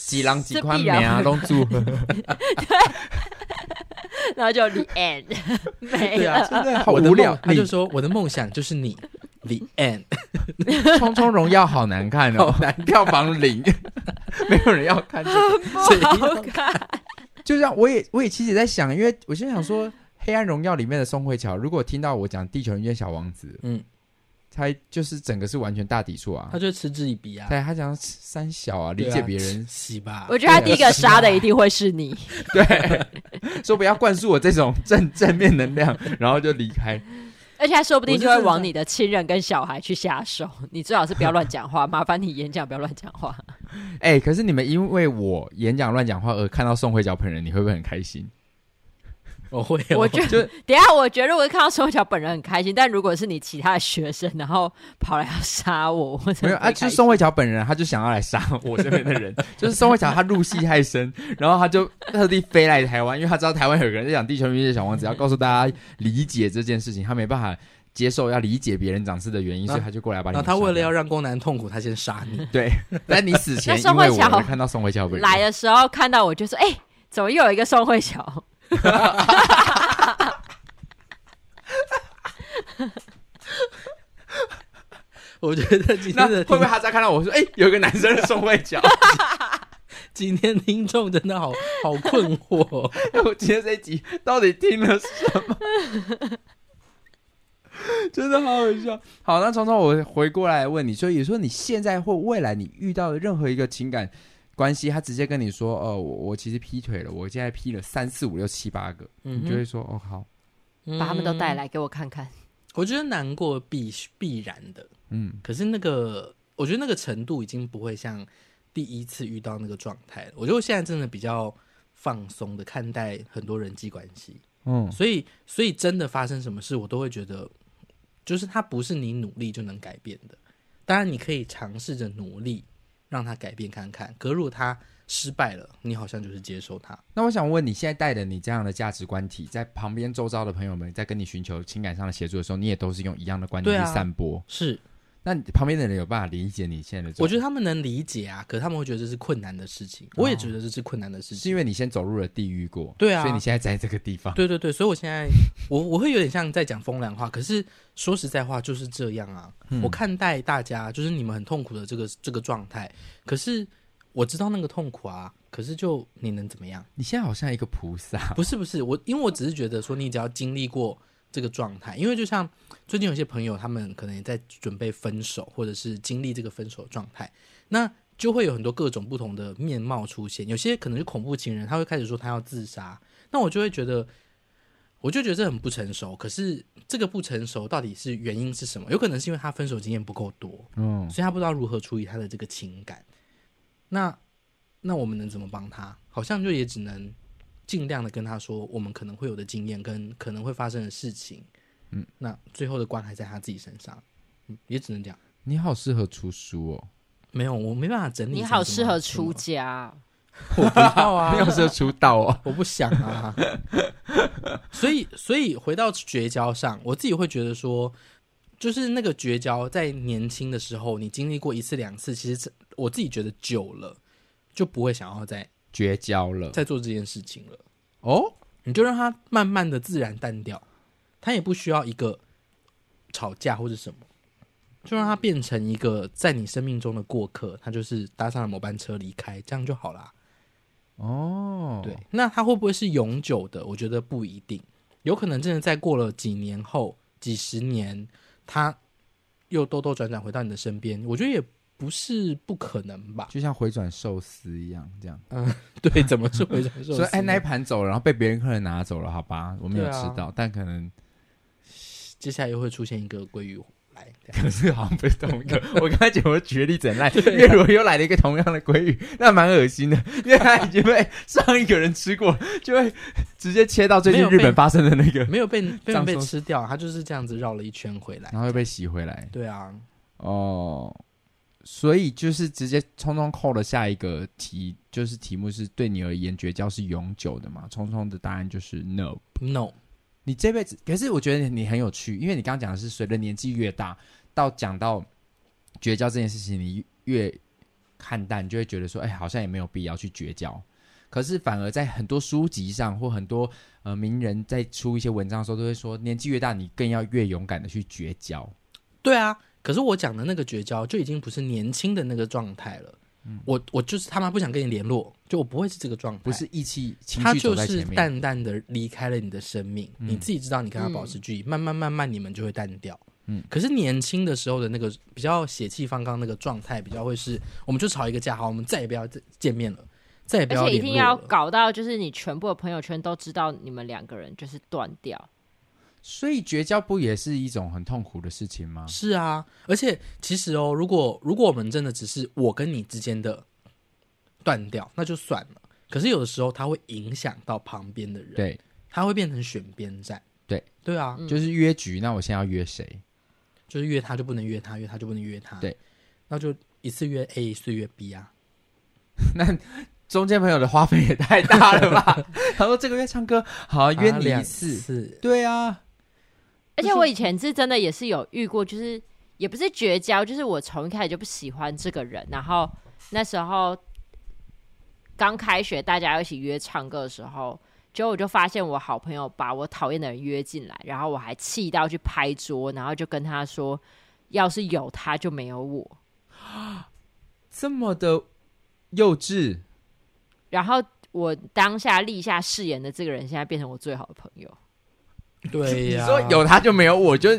S3: 几狼几宽棉啊，
S1: 这
S3: 龙珠，
S1: 然后就 the end 没
S2: 对啊
S1: 了。
S3: 真的好
S2: 我的
S3: 无聊
S2: 梦。他
S3: 你
S2: 就说我的梦想就 是你，the end。
S3: 《冲冲荣耀》好难看哦，票房零。 没有人要看啊 这个。
S1: 好看，
S3: 就这样，我也我也其实也在想，因为我现在想说，《黑暗荣耀》里面的宋慧乔，如果听到我讲《地球人间小王子》，
S2: 嗯，
S3: 他就是整个是完全大抵触啊
S2: 他。就嗤之以鼻啊，
S3: 对，他讲三小啊，
S2: 对
S3: 理
S2: 啊，
S3: 解别人
S2: 洗吧。
S1: 我觉得他第一
S3: 啊
S1: 个杀的一定会是你。
S3: 对， 说不要灌输我这种正正面能量，然后就离开。
S1: 而且他说不定就会往你的亲人跟小孩去下手，你最好是不要乱讲话，麻烦你演讲不要乱讲话。
S3: 哎、可是你们因为我演讲乱讲话而看到宋慧乔本人，你会不会很开心？
S2: 我会，哦
S1: 我
S2: 我
S1: 觉
S3: 就
S1: 得，等一下我觉得如果看到手脚本人很开心，但如果是你其他的学生，然后跑来要杀我，我真的
S3: 没有
S1: 不
S3: 啊，
S1: 会开
S3: 就是
S1: 心
S3: 宋慧乔本人，他就想要来杀我这边的人，就是宋慧乔她入戏太 深，然后他就特地飞来台湾，因为他知道台湾有个人在讲《地球人的小王子》，要告诉大家理解这件事情，他没办法接受要理解别人长势的原因，
S2: 那
S3: 所以他就过来把
S2: 然后
S3: 你们
S2: 他为
S3: 杀
S2: 了
S3: 掉
S2: 要让宫男痛苦，他先杀你。
S3: 对，但你死前
S1: 那宋
S3: 因
S1: 慧
S3: 为
S1: 乔
S3: 我而看到宋慧乔本人
S1: 来的时候看到我就说：“哎、怎么又有一个宋慧乔
S2: 我觉得今
S3: 那
S2: 天
S3: 会
S2: 的
S3: 不
S2: 听
S3: 会他再看到我说，哎、有个男生是宋慧乔？
S2: 今天听众真的好好困惑哦，
S3: 哎我今天这一集到底听了什么？ 真的好好笑。好，那聪聪，我回过来问你，所以说你现在或未来你遇到的任何一个情感关系，他直接跟你说，哦、我我其实劈腿了，我现在劈了三四五六七八个，
S2: 嗯
S3: 你就会说，哦，好，
S2: 哼嗯
S1: 把他们都带。来给我看看。
S2: 我觉得难过必须必然的，
S3: 嗯，
S2: 可是那个我觉得那个程度已经不会像第一次遇到那个状态了。我觉得我现在真的比较放松的看待很多人际关系。
S3: 嗯，
S2: 所以，所以真的发生什么事，我都会觉得，就是它不是你努力就能改变的。当然，你可以尝试着努力让它改变看看。可如果它失败了，你好像就是接受它。
S3: 那我想问你，现在带着你这样的价值观体，在旁边周遭的朋友们在跟你寻求情感上的协助的时候，你也都是用一样的观
S2: 对
S3: 念
S2: 啊
S3: 去散播，
S2: 是，
S3: 那你旁边的人有办法理解你现在的状态吗？
S2: 我觉得他们能理解啊，可他们会觉得这是困难的事情。我也觉得这是困难的事
S3: 是
S2: 情。
S3: 因为你先走入了地狱过，
S2: 对啊
S3: 所以你现在在这个地方，
S2: 对对对，所以我现在我我会有点像在讲风凉话，可是说实在话就是这样啊。我看待大家就是你们很痛苦的这个这个状态，可是我知道那个痛苦啊，可是就你能怎么样？
S3: 你现在好像一个菩萨，
S2: 不是不是，我因为我只是觉得说，你只要经历过这个状态，因为就像最近有些朋友，他们可能也在准备分手，或者是经历这个分手的状态，那就会有很多各种不同的面貌出现。有些可能是恐怖情人，他会开始说他要自杀，那我就会觉得。我就觉得这很不成熟，可是这个不成熟到底是原因是什么？有可能是因为他分手经验不够多，
S3: 嗯，
S2: 所以他不知道如何处理他的这个情感。那那我们能怎么帮他？好像就也只能尽量的跟他说我们可能会有的经验跟可能会发生的事情。嗯，那最后的关还在他自己身上，嗯，也只能这样。
S3: 你好适合出书哦，
S2: 没有，我没办法整理。
S1: 你好，适合出，家哦，
S2: 我不要啊，
S3: 你好适合出道哦，
S2: 我不想啊。所以，所以回到绝交上，我自己会觉得说，就是那个绝交，在年轻的时候，你经历过一次两次，其实这我自己觉得久了，就不会想要再
S3: 绝交了
S2: 再做这件事情了。
S3: 哦，
S2: 你就让它慢慢的自然淡掉，它也不需要一个吵架或者什么，就让它变成一个在你生命中的过客，它就是搭上了某班车离开，这样就好啦。
S3: 哦，
S2: 对，，那它会不会是永久的？我觉得不一定，有可能真的在过了几年后、几十年，它又兜兜转转回到你的身边，我觉得也不是不可能吧？
S3: 就像回转寿司一样，这样，
S2: 对，怎么是回转寿
S3: 所
S2: 司？
S3: 以哎，那一盘走了，然后被别人客人拿走了，好吧，我没有
S2: 对
S3: 吃
S2: 啊
S3: 到，但可能
S2: 接下来又会出现一个鲑鱼来，这样
S3: 可是好像不是同一 个，我刚才讲我举例怎烂，
S2: 啊
S3: 因为如果又来了一个同样的鲑鱼，那蛮恶心的， 因为他已经被上一个人吃过，就会直接切到最
S2: 没
S3: 近
S2: 有被
S3: 日本发生的那个，
S2: 没有 被被
S3: 葬
S2: 被
S3: 送
S2: 吃掉，它就是这样子绕了一圈回来。
S3: 然后又被洗回来。
S2: 对啊，
S3: 哦，所以就是直接匆匆扣了下一个题，就是题目是对你而言绝交是永久的嘛？匆匆的答案就是 no。
S2: no，
S3: 你这辈子，可是我觉得你很有趣，因为你刚刚讲的是随着年纪越大，到讲到绝交这件事情，你越看淡，你就会觉得说，哎，好像也没有必要去绝交。可是反而在很多书籍上或很多呃名人在出一些文章的时候，都会说，年纪越大，你更要越勇敢的去绝交。
S2: 对啊。可是我讲的那个绝交就已经不是年轻的那个状态了，我我就是他妈不想跟你联络，就我不会是这个状态。
S3: 嗯不是意气情
S2: 他
S3: 绪走
S2: 就
S3: 在
S2: 是
S3: 前面，
S2: 淡淡的离开了你的生命，你自己知道你跟他保持距离，慢慢慢慢你们就会淡掉。
S3: 嗯
S2: 嗯，可是年轻的时候的那个比较血气方刚那个状态，比较会是，我们就吵一个架，好，我们再也不要再见面了，再也不
S1: 而
S2: 要
S1: 且一
S2: 联
S1: 定
S2: 络
S1: 要
S2: 了。
S1: 搞到就是你全部的朋友圈都知道你们两个人就是断掉，
S3: 所以绝交不也是一种很痛苦的事情吗？
S2: 是啊，而且其实哦，如果如果我们真的只是我跟你之间的断掉，那就算了。可是有的时候，它会影响到旁边的人，，
S3: 对，
S2: 它会变成选边站，
S3: 对，
S2: 对啊，
S3: 就是约局，那我现在要约谁？
S2: 就是约他就不能约他，约他就不能约他。
S3: 对，
S2: 那就一次约 A，一次约 B 啊。
S3: 中间朋友的花费也太大了吧？他说这个月唱歌好约
S2: 啊
S3: 你一
S2: 两
S3: 次，
S2: 次
S3: 对啊，
S1: 而且我以前是真的也是有遇过，就是也不是绝交，就是我从一开始就不喜欢这个人，然后那时候刚开学，大家一起约唱歌的时候，结果我就发现我好朋友把我讨厌的人约进来，然后我还气到去拍桌，然后就跟他说，要是有他就没有我，
S3: 这么的幼稚，
S1: 然后我当下立下誓言的这个人，现在变成我最好的朋友。
S2: 对
S3: 你
S2: 呀、
S3: 说有他就没有我，就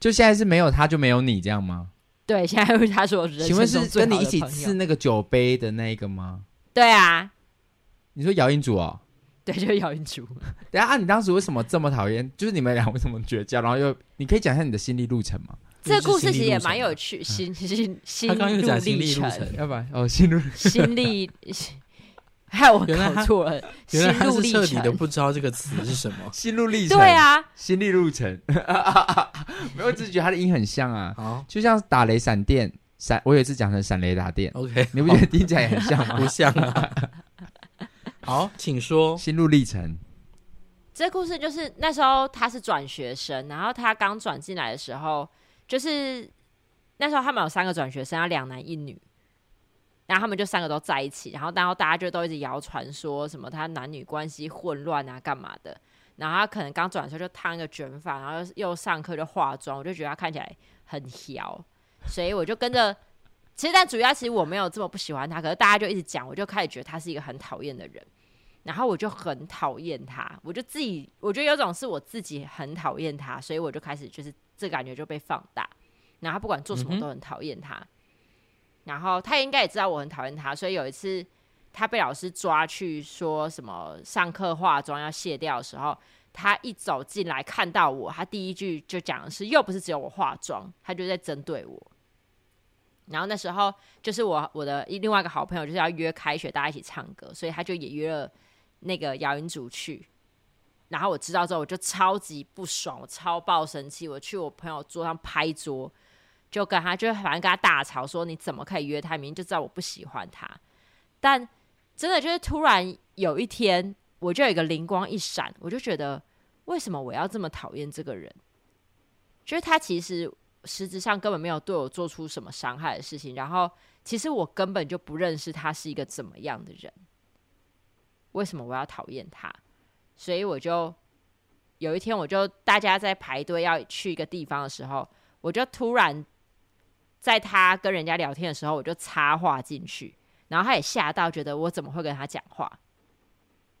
S3: 就现在是没有他就没有你这样吗？
S1: 对，现在他说我人
S3: 请问
S1: 生
S3: 是
S1: 中最
S3: 跟你
S1: 好
S3: 一
S1: 的
S3: 起
S1: 朋友
S3: 吃那个酒杯的那一个吗？
S1: 对啊，
S3: 你说姚英主哦，
S1: 对，就是姚云 竹。
S3: 等一下啊，你当时为什么这么讨厌？就是你们俩为什么绝交？然后又你可以讲一下你的心理路程吗？
S1: 这故事其实也蛮有趣，心心心
S2: 啊嗯他刚刚又
S1: 路
S2: 讲心
S1: 历
S2: 历路
S1: 程，
S2: 程，
S3: 要不然哦，心路。
S1: 心历， 害我
S2: 原来
S1: 搞
S2: 他
S1: 错了，心
S2: 原来他
S1: 路
S2: 是
S1: 历
S2: 彻底的
S1: 程。
S2: 不知道这个词是什么
S3: 心路历程，
S1: 对，啊，
S3: 心理路程， 没有，我只是觉得他的音很像啊，
S2: 好
S3: 就像打雷闪电闪，我有一次讲成闪雷打电，
S2: ，OK，
S3: 你不觉得听起来也很像吗？
S2: 不像啊。好，请说。
S3: 心路历程，
S1: 这故事就是那时候他是转学生，然后他刚转进来的时候，就是那时候他们有三个转学生，要两男一女，然后他们就三个都在一起，然后然后大家就都一直谣传说什么他男女关系混乱啊，干嘛的。然后他可能刚转的时候就烫一个卷发，然后又上课就化妆，我就觉得他看起来很 调，所以我就跟着。其实但主要其实我没有这么不喜欢他，可是大家就一直讲，我就开始觉得他是一个很讨厌的人。然后我就很讨厌他，我就自己，我觉得有种是我自己很讨厌他，所以我就开始就是这感觉就被放大，然后他不管做什
S2: 嗯
S1: 么
S2: 哼
S1: 都很讨厌他，然后他应该也知道我很讨厌他，所以有一次他被老师抓去说什么上课化妆要卸掉的时候，他一走进来看到我，他第一句就讲的是又不是只有我化妆，他就在针对我。然后那时候就是我我的一另外一个好朋友就是要约开学大家一起唱歌，所以他就也约了那个姚云竹去。然后我知道之后，我就超级不爽，我超爆生气，我去我朋友桌上拍桌，就跟他就反正跟他大吵说你怎么可以约他？明明就知道我不喜欢他。但真的就是突然有一天，我就有一个灵光一闪，我就觉得为什么我要这么讨厌这个人？就是他其实实质上根本没有对我做出什么伤害的事情，然后其实我根本就不认识他是一个怎么样的人，为什么我要讨厌他？所以我就有一天，我就大家在排队要去一个地方的时候，我就突然在他跟人家聊天的时候，我就插话进去，然后他也吓到，觉得我怎么会跟他讲话？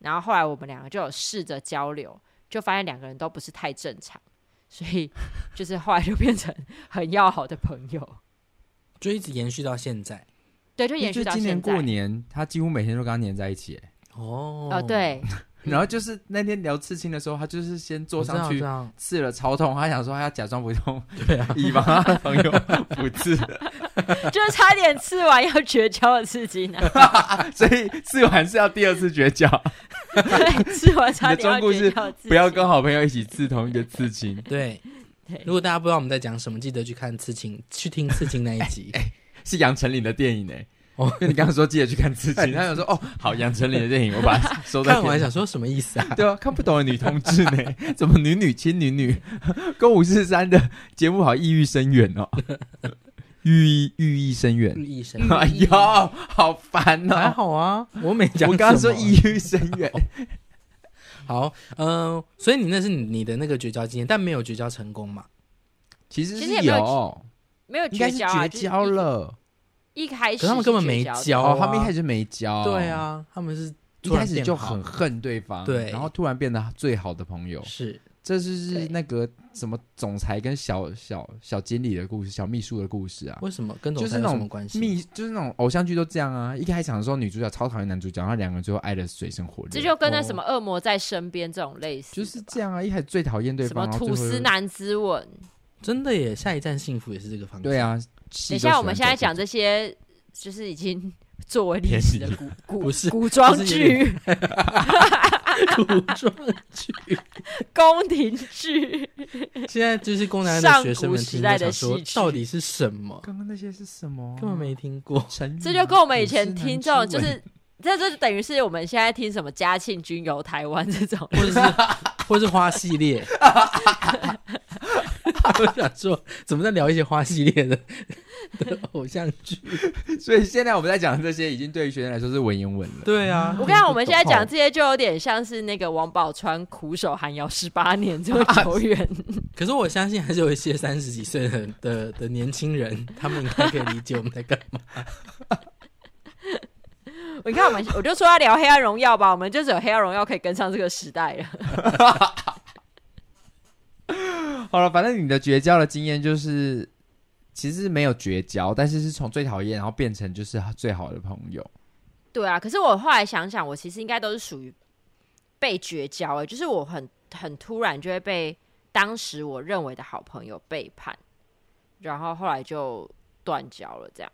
S1: 然后后来我们两个就有试着交流，就发现两个人都不是太正常，所以就是后来就变成很要好的朋友。
S2: 就一直延续到现在。
S1: 对，就延
S3: 就
S1: 续到
S3: 今年
S1: 现在。
S3: 过年，他几乎每天都跟他黏在一起，哎
S2: 哦
S1: 哦，，对，
S3: 然后就是那天聊刺青的时候，他就是先坐
S2: 我知道
S3: 上
S2: 嗯
S3: 去
S2: 我知道
S3: 刺了超痛，他想说他要假装不痛，
S2: 对啊，
S3: 以防他的朋友不 刺，
S1: 就是差点吃完要绝交的事情啊！
S3: 所以刺完是要第二次绝交，
S1: 对，吃完差点要绝交的事情。
S3: 不要跟好朋友一起刺同一个刺青。
S2: 对
S1: 对。
S2: 如果大家不知道我们在讲什么，记得去看刺青， 去听刺青那一 集。
S3: 是杨丞琳的电影哎、
S2: 哦
S3: 哦，因为你刚刚说记得去看 刺青，他想说哦，好，杨丞琳的电影，我把它收在
S2: 看完
S3: 片
S2: 想说什么意思 啊？
S3: 对啊，看不懂的女同志呢， 怎么女女亲女女？ 跟五四三的节目好意欲深远 哦，寓意寓意深远。
S2: 寓意 深
S3: 哎呦，好烦
S2: 还
S3: 哦！
S2: 好啊，我没讲什么。哦
S3: 我刚刚说意欲深远，
S2: 好，嗯、所以你那是你你的那个绝交经验，但没有绝交成功嘛？
S3: 其实
S1: 其
S3: 是
S1: 实也没有
S3: 有，
S1: 没有
S3: 应该
S1: 绝
S3: 是
S1: 交啊，
S3: 绝交了。
S1: 一开始
S2: 可他们根本
S1: 是
S2: 没
S1: 绝交的
S2: 交、
S3: 哦
S2: 啊，，
S3: 他们一开始没交，
S2: 对，啊，他们是
S3: 一
S2: 突然
S3: 开始
S2: 变
S3: 就
S2: 好
S3: 很恨对方，
S2: 对
S3: 然后突然变得最好的朋友，
S2: 是
S3: 这就是
S1: 对
S3: 那个什么总裁跟小小小经理的故事，小秘书的故事啊。
S2: 为什么跟总
S3: 就是
S2: 裁
S3: 那
S2: 有什
S3: 种
S2: 么关系？
S3: 秘，就是那种偶像剧都这样啊！一开场的时候，女主角超讨厌男主角，然后两个人最后爱的水深火热。
S1: 这就跟那什么恶魔在身边这种类似的
S3: 就
S1: 吧，
S3: 是这样啊！一开始最讨厌对
S1: 什么
S3: 方，然后
S1: 吐
S3: 最后
S1: 司
S3: 又
S1: 男之吻。
S2: 真的耶，下一站幸福也是这个方向。
S3: 对， 啊，
S1: 等
S3: 等
S1: 一下，我们现在讲这些，就是已经作为历史的
S3: 偏
S1: 古古
S2: 不是
S1: 古装
S2: 就是有
S1: 剧、
S2: 古装剧。
S1: 宫廷剧，
S2: 现在就是共产
S1: 上
S2: 党的学生
S1: 古
S2: 们
S1: 时
S2: 听
S1: 代
S2: 就
S1: 的
S2: 想说
S1: 戏，曲
S2: 到底是什么？
S3: 刚刚那些是什么啊？啊
S2: 根本没听过。
S3: 成语啊。
S1: 这就跟我们以前
S3: 古诗
S1: 听
S3: 男
S1: 这种
S3: 之
S1: 就
S3: 吻
S1: 是。这这就等于是我们现在听什么嘉庆君游台湾这 种，
S2: 或者是或者是花系列。 我想说，怎么在聊一些花系列的的偶像剧？
S3: 所以现在我们在讲的这些，已经对于学生来说是文言文 了。
S2: 对啊，
S1: 我跟你讲，我们现在讲这些就有点像是那个王宝钏苦守寒窑十八年这么久 远，
S2: 可是我相信还是有一些三十几岁的的的年轻人，他们应该可以理解我们在干嘛。
S1: 你看，我们我就说要聊《黑暗荣耀》吧，我们就只有《黑暗荣耀》可以跟上这个时代了。
S3: 好了，反正你的绝交的经验就是，其实没有绝交，但是是从最讨厌，然后变成就是最好的朋友。
S1: 对啊，可是我后来想想，我其实应该都是属于被绝交、欸，就是我很很突然就会被当时我认为的好朋友背叛，然后后来就断交了，这样。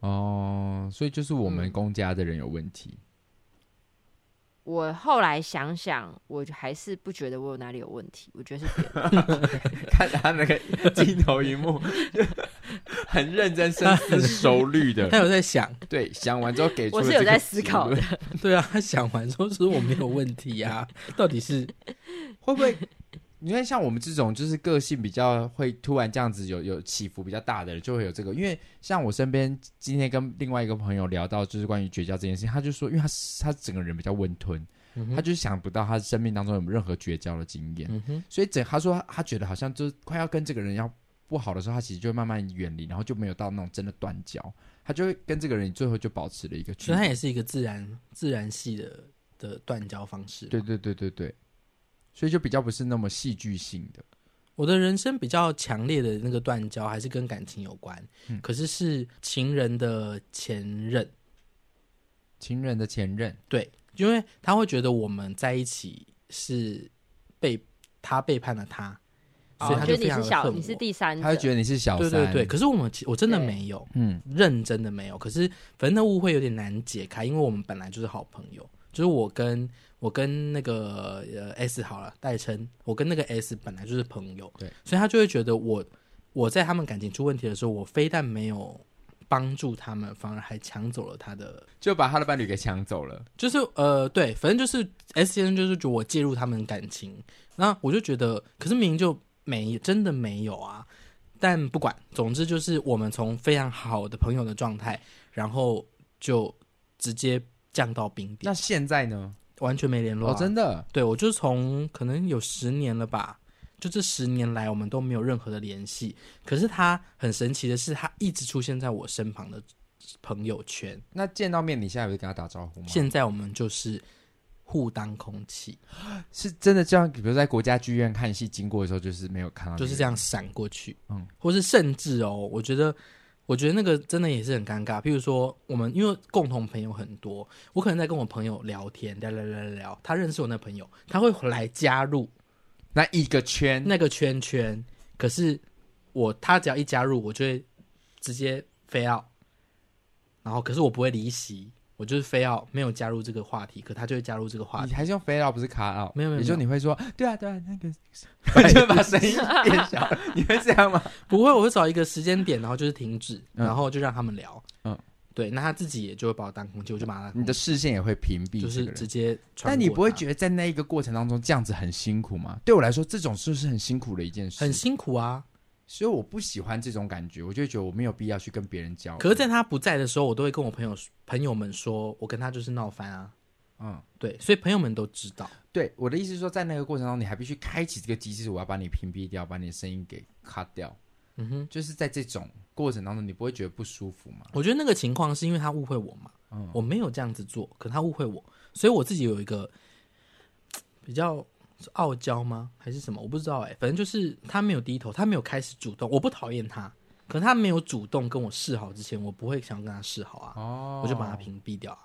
S3: 哦，所以就是我们公家的人有问题。
S1: 我后来想想，我还是不觉得我有哪里有问题，我觉得是别人
S3: 看他那个镜头一幕， 很认真、深思熟虑
S2: 他
S3: 的，
S2: 有在想，
S3: 对，想完之后给出
S1: 我
S3: 了
S1: 是有
S3: 这个
S1: 在思考的
S3: 结。论
S2: 对啊，他想完之后说我没有问题啊，到底是
S3: 会不会？你看，像我们这种就是个性比较会突然这样子有有起伏比较大的人，就会有这个。因为像我身边今天跟另外一个朋友聊到，就是关于绝交这件事情，他就说，因为他他整个人比较温吞，他就想不到他生命当中有任何绝交的经验，
S2: 嗯哼，
S3: 所以整他说他觉得好像就是快要跟这个人要不好的时候，他其实就会慢慢远离，然后就没有到那种真的断交，他就会跟这个人最后就保持了一个距
S2: 所以他
S3: 离。
S2: 也是一个自然自然系的的断交方式。
S3: 对对对对对，所以就比较不是那么戏剧性的。
S2: 我的人生比较强烈的那个断交，还是跟感情有关，
S3: 嗯
S2: 可是是情人的前任，
S3: 情人的前任，
S2: 对，因为他会觉得我们在一起是被他背叛了他，所以
S1: 哦
S2: 他
S1: 就
S2: 就
S1: 你
S2: 非
S1: 是
S2: 常的
S1: 小，
S2: 恨
S1: 你
S2: 我。
S1: 是第三者，
S3: 他就觉得你是小
S2: 对
S3: 三，
S2: 对对，可是我们其我真的
S1: 对
S2: 没有
S3: 嗯，
S2: 认真的没有，可是反正那误会有点难解开，因为我们本来就是好朋友，就是我跟我跟那个呃 S 好了代称，我跟那个 S 本来就是朋友，
S3: 对，
S2: 所以他就会觉得我我在他们感情出问题的时候，我非但没有帮助他们，反而还抢走了他的
S3: 就把他的伴侣给抢走了。
S2: 就是呃，对，反正就是 S 先生就是觉得我介入他们感情，那我就觉得，可是明明就没真的没有啊，但不管，总之就是我们从非常好的朋友的状态，然后就直接降到冰
S3: 那
S2: 点，
S3: 现在呢？
S2: 完全没联络、啊
S3: 哦，真的，
S2: 对我就从可能有十年了吧，就这十年来我们都没有任何的联系，可是他很神奇的是，他一直出现在我身旁的朋友圈，
S3: 那见到面你现在有跟他打招呼吗？
S2: 现在我们就是互当空气。
S3: 是真的这样，比如在国家剧院看戏经过的时候，就是没有看到，
S2: 就是这。样闪过去，
S3: 嗯
S2: 嗯，或是甚至哦，我觉得，我觉得那个真的也是很尴尬。譬如说，我们因为共同朋友很多，我可能在跟我朋友聊天，聊聊聊聊聊，他认识我那朋友，他会来加入
S3: 那一个圈，
S2: 那个圈圈，可是我他只要一加入，我就会直接非要，然后可是我不会离席，我就是非要没有加入这个话题，可他就会加入这个话
S3: 你
S2: 题，
S3: 还是用飞到不是卡到？
S2: 嗯没有没有
S3: 也就
S2: 没
S3: 你会说，对啊对啊， 那个，就把声音变小，你会这样吗？
S2: 不会，我会找一个时间点，然后就是停止，
S3: 嗯
S2: 然后就让他们聊。
S3: 嗯
S2: 嗯，对，那他自己也就会把我当空气，我就把他当空
S3: 你
S2: 气
S3: 的视线也会屏蔽
S2: 就
S3: 这
S2: 是
S3: 个人
S2: 直。接穿过他。
S3: 但你不会觉得在那一个过程当中这样子很辛苦吗？对我来说，这种事是很辛苦的一件事
S2: 很，辛苦啊？
S3: 所以我不喜欢这种感觉，我就觉得我没有必要去跟别人交往。
S2: 可是，在他不在的时候，我都会跟我朋友朋友们说，我跟他就是闹翻啊。
S3: 嗯，
S2: 对，所以朋友们都知道。
S3: 对，我的意思是说，在那个过程中，你还必须开启这个机制，我要把你屏蔽掉，把你的声音给卡掉。
S2: 嗯哼，
S3: 就是在这种过程当中，你不会觉得不舒服吗？
S2: 我觉得那个情况是因为他误会我嘛，
S3: 嗯
S2: 我没有这样子做，可他误会我，所以我自己有一个嘖比较是傲娇吗？还是什么？我不知道哎、反正就是他没有低头，他没有开始主动，我不讨厌他，可他没有主动跟我示好之前，我不会想跟他示好啊，
S3: 哦
S2: 我就把他屏蔽掉啊。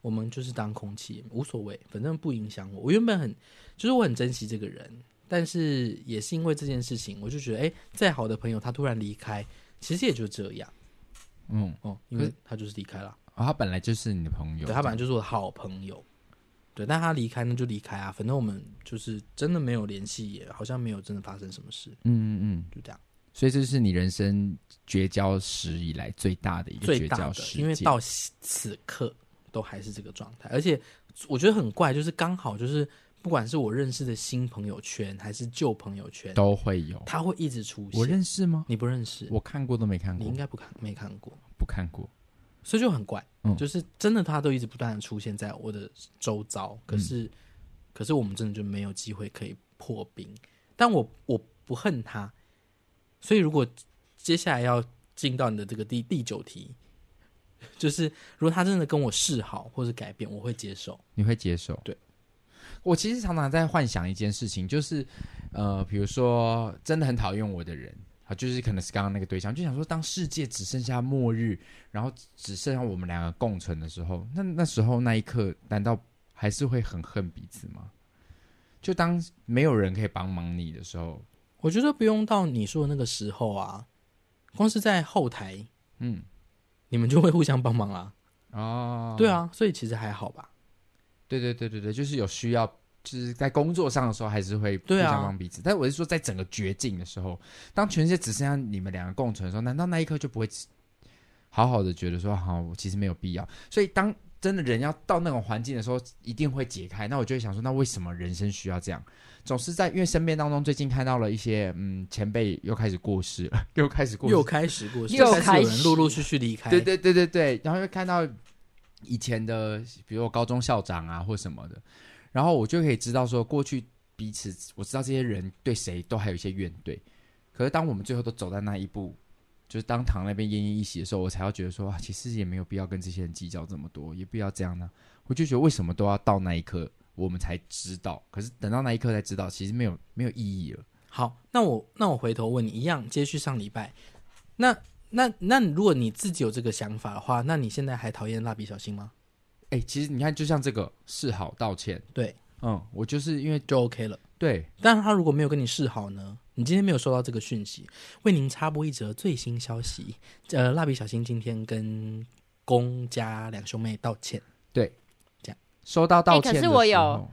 S2: 我们就是当空气，无所谓，反正不影响我。我原本很，就是我很珍惜这个人，但是也是因为这件事情，我就觉得，哎、再好的朋友他突然离开，其实也就这样。
S3: 嗯，
S2: 哦，因
S3: 可
S2: 为
S3: 是
S2: 他就是离开了，
S3: 哦他本来就是你的朋友，
S2: 对他本来就是我的好朋友，对，但他离开那就离开啊，反正我们就是真的没有联系，也好像没有真的发生什么事，
S3: 嗯嗯嗯，
S2: 就这样。
S3: 所以这是你人生绝交史以来最大的一个
S2: 最
S3: 绝
S2: 大
S3: 交
S2: 的，
S3: 事件，
S2: 因为到此刻都还是这个状态，而且我觉得很怪，就是刚好就是不管是我认识的新朋友圈还是旧朋友圈，
S3: 都会有。
S2: 他会一直出
S3: 我
S2: 现。
S3: 认识吗？
S2: 你不认识，
S3: 我看过都没看
S2: 你
S3: 过
S2: 应，该不看没看过，
S3: 不看过。
S2: 所以就很怪，
S3: 嗯
S2: 就是真的他都一直不断的出现在我的周遭，可
S3: 嗯
S2: 是、可是我们真的就没有机会可以破冰。但我我不恨他，所以如果接下来要进到你的这个第第九题，就是如果他真的跟我示好或者改变，我会接受。
S3: 你会接受？
S2: 对。
S3: 我其实常常在幻想一件事情，就是，呃，比如说真的很讨厌我的人，啊，就是可能是刚刚那个对象，就想说，当世界只剩下末日，然后只剩下我们两个共存的时候，那那时候那一刻，难道还是会很恨彼此吗？就当没有人可以帮忙你的时候，
S2: 我觉得不用到你说的那个时候啊，光是在后台，
S3: 嗯，
S2: 你们就会互相帮忙啦。
S3: 哦，
S2: 对，啊，所以其实还好吧。
S3: 对对对对对，就是有需要，就是在工作上的时候还是会互
S2: 对啊
S3: 相帮彼此。但我是说，在整个绝境的时候，当全世界只剩下你们两个共存的时候，难道那一刻就不会好好的觉得说，好，我其实没有必要？所以当真的人要到那种环境的时候，一定会解开。那我就会想说，那为什么人生需要这样？总是在因为身边当中，最近看到了一些嗯前辈又开始过世了，又开始过世
S2: 又开始过，
S1: 又
S2: 开始有
S1: 开
S2: 人
S1: 始
S2: 陆陆续续离开。
S3: 对对对对对，然后又看到以前的，哎比如我高中校长啊或什么的，然后我就可以知道说，过去彼此我知道这些人对谁都还有一些怨怼，可是当我们最后都走到那一步，就是当堂那边奄奄一息的时候，我才要觉得说，啊，其实也没有必要跟这些人计较这么多，也不要这样呢、我就觉得为什么都要到那一刻我们才知道，可是等到那一刻才知道，其实没有没有意义了。
S2: 好，那我那我回头问你，一样接续上礼拜，那那那如果你自己有这个想法的话，那你现在还讨厌蜡笔小新吗？
S3: 哎，其实你看，就像这个示好道歉，
S2: 对，
S3: 嗯，我就是因为
S2: 就 OK 了。
S3: 对。
S2: 但是他如果没有跟你示好呢？你今天没有收到这个讯息，为您插播一则最新消息：呃，蜡笔小新今天跟公家两兄妹道歉。
S3: 收到道
S1: 哎可
S3: 歉、的
S1: 是我
S3: 时
S1: 有
S3: 候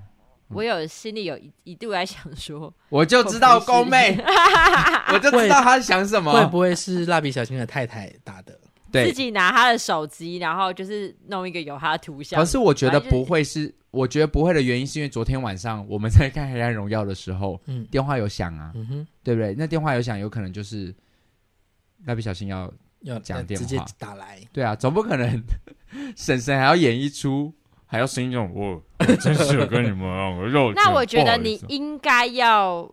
S1: 我有心里有一一度在想说，
S3: 我就知道宫妹， 我就知道她在想什
S2: 会
S3: 么。
S2: 不会是蜡笔小新的太太打的？
S1: 自
S3: 对，
S1: 己拿他的手机，然后就是弄一个有他的图像。
S3: 可是我觉得
S1: 反正就
S3: 不会是，我觉得不会的原因是因为昨天晚上我们在看《黑暗荣耀》的时候，
S2: 嗯
S3: 电话有响啊，
S2: 嗯哼，
S3: 对不对？那电话有响，有可能就是蜡笔小新要
S2: 要
S3: 讲
S2: 要
S3: 电
S2: 直接
S3: 话
S2: 打来。
S3: 对啊，总不可能 婶婶还要演一出，还要声音这种，哦我我真是跟你们啊，我肉
S1: 那我
S3: 不
S1: 觉
S3: 好
S1: 得
S3: 意
S1: 你
S3: 思
S1: 应该要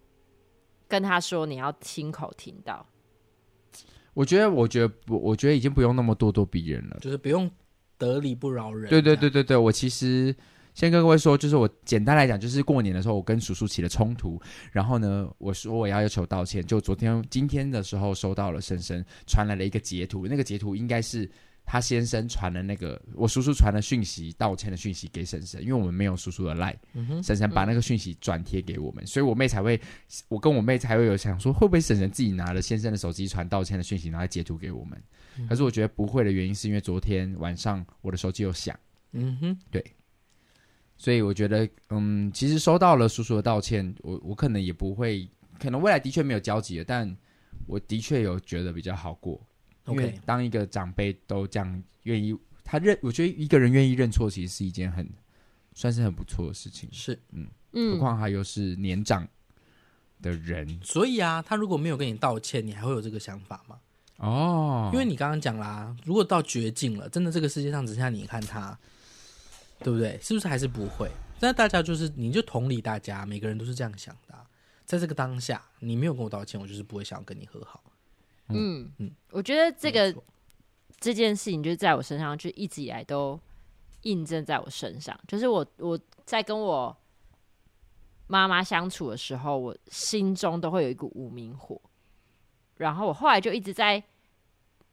S1: 跟他说，你要亲口听到。
S3: 我觉得，我觉得不，我觉得已经不用那么咄咄逼人了。
S2: 就是不用得理不饶人。
S3: 对对
S2: 这
S3: 对
S2: 样，
S3: 对对，我其实先跟各位说，就是我简单来讲，就是过年的时候我跟叔叔起了冲突，然后呢，我说我要要求道歉，就昨天今天的时候收到了深深传来了一个截图，那个截图应该是。他先生传了那个，我叔叔传了讯息，道歉的讯息给婶婶，因为我们没有叔叔的 line，
S2: 嗯哼，
S3: 婶婶把那个讯息转贴给我们，所以我妹才会，我跟我妹才会有想说，会不会婶婶自己拿了先生的手机传道歉的讯息，然后截图给我们？
S2: 嗯
S3: 可是我觉得不会的原因是因为昨天晚上我的手机有响。
S2: 嗯哼，
S3: 所以我觉得，嗯，其实收到了叔叔的道歉，我我可能也不会，可能未来的确没有交集了，但我的确有觉得比较好过，因为
S2: OK
S3: 当一个长辈都这样愿意，他认，我觉得一个人愿意认错，其实是一件很算是很不错的事情，
S2: 是。
S3: 何
S1: 嗯，
S3: 况他又是年长的人、
S2: 所以啊，他如果没有跟你道歉，你还会有这个想法吗？
S3: 哦，
S2: 因为你刚刚讲啦，如果到绝境了，真的这个世界上只剩下你看他，对不对？是不是还是不会？那大家就是，你就同理大家，每个人都是这样想的啊、在这个当下，你没有跟我道歉，我就是不会想要跟你和好。
S1: 嗯
S2: 嗯
S1: 我觉得这
S2: 没
S1: 个
S2: 错
S1: 这件事情就是在我身上，就一直以来都印证在我身上。就是我我在跟我妈妈相处的时候，我心中都会有一股无名火，然后我后来就一直在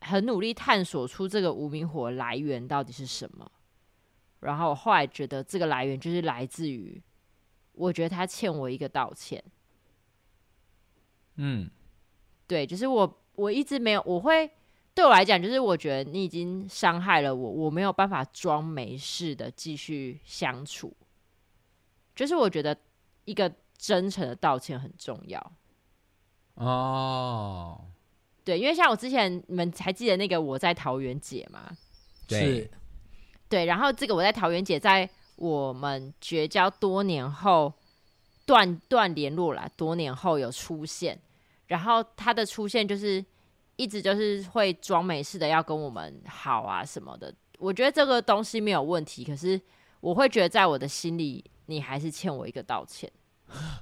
S1: 很努力探索出这个无名火的来源到底是什么。然后我后来觉得这个来源就是来自于，我觉得他欠我一个道歉。
S3: 嗯，
S1: 对，就是我我一直没有，我会对我来讲，就是我觉得你已经伤害了我，我没有办法装没事的继续相处。就是我觉得一个真诚的道歉很重要。
S3: 哦，
S1: 对，因为像我之前你们还记得那个我在桃园姐吗？
S3: 对
S2: 是，
S1: 对，然后这个我在桃园姐在我们绝交多年后断断联络啦，多年后有出现，然后她的出现就是一直就是会装没事的要跟我们好啊什么的，我觉得这个东西没有问题，可是我会觉得在我的心里，你还是欠我一个道歉。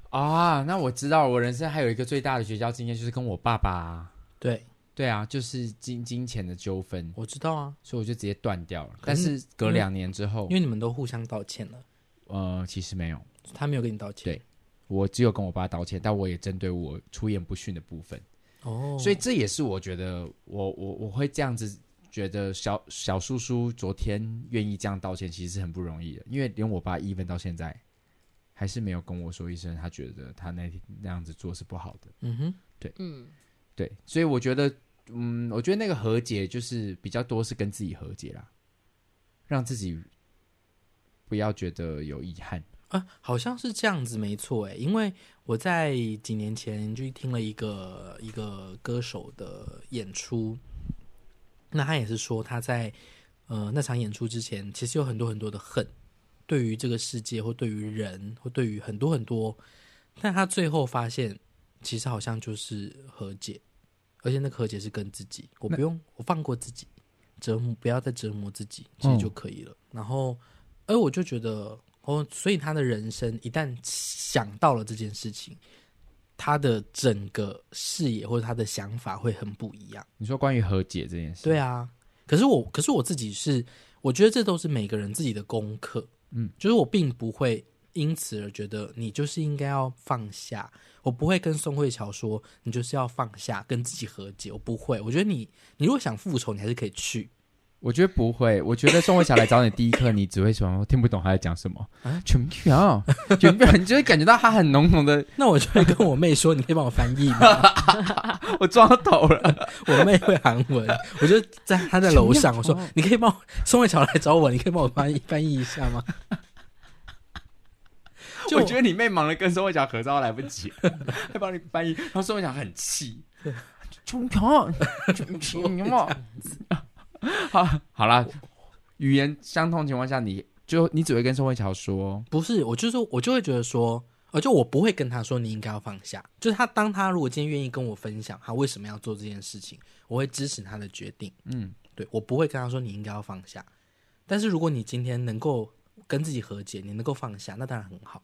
S3: 啊，那我知道，我人生还有一个最大的绝交经验就是跟我爸爸啊，
S2: 对，
S3: 对啊，就是金金钱的纠纷，
S2: 我知道啊，
S3: 所以我就直接断掉了。
S2: 可
S3: 但
S2: 是
S3: 是隔两年之后
S2: 因，为你们都互相道歉了，
S3: 呃，其实没有，
S2: 他没有跟你道歉。
S3: 对我只有跟我爸道歉，但我也针对我出言不逊的部分。
S2: 哦，
S3: 所以这也是我觉得我我我会这样子觉得小小叔叔昨天愿意这样道歉，其实是很不容易的，因为连我爸 even 到现在还是没有跟我说一声，他觉得他那天那样子做是不好的。
S2: 嗯哼，
S1: 嗯，
S3: 对，所以我觉得，嗯，我觉得那个和解就是比较多是跟自己和解啦，让自己不要觉得有遗憾。
S2: 啊，好像是这样子，没错哎，因为我在几年前就听了一个一个歌手的演出，那他也是说他在呃那场演出之前，其实有很多很多的恨，对于这个世界或对于人或对于很多很多，但他最后发现，其实好像就是和解，而且那个和解是跟自己，我不用我放过自己，折磨不要再折磨自己，其实就可以了。然后，而我就觉得哦，所以他的人生一旦想到了这件事情，他的整个视野或者他的想法会很不一样。
S3: 你说关于和解这件事，
S2: 对啊，可是我，可是我自己是，我觉得这都是每个人自己的功课。嗯，就是我并不会因此而觉得你就是应该要放下，我不会跟宋慧乔说你就是要放下，跟自己和解，我不会。我觉得你，你如果想复仇，你还是可以去。
S3: 我觉得不会，我觉得宋慧乔来找你第一课，你只会想我听不懂她在讲什么，
S2: 啊
S3: 全票全票，你就会感觉到她很浓浓的，
S2: 那我就会跟我妹说，你可以帮我翻译吗？
S3: 我撞到头了，
S2: 我妹会韩文，我就在她在楼上，我说你可以帮我，宋慧乔来找我，你可以帮我翻译翻译一下吗？就
S3: 我觉得你妹忙着跟宋慧乔合照来不及，还帮你翻译，然后宋慧乔很气，全票全票， 好好啦，语言相通情况下，你就你只会跟宋慧乔说，
S2: 不是，我就是我就会觉得说，呃，就我不会跟他说你应该要放下。就是他当他如果今天愿意跟我分享他为什么要做这件事情，我会支持他的决定。
S3: 嗯，
S2: 对我不会跟他说你应该要放下。但是如果你今天能够跟自己和解，你能够放下，那当然很好。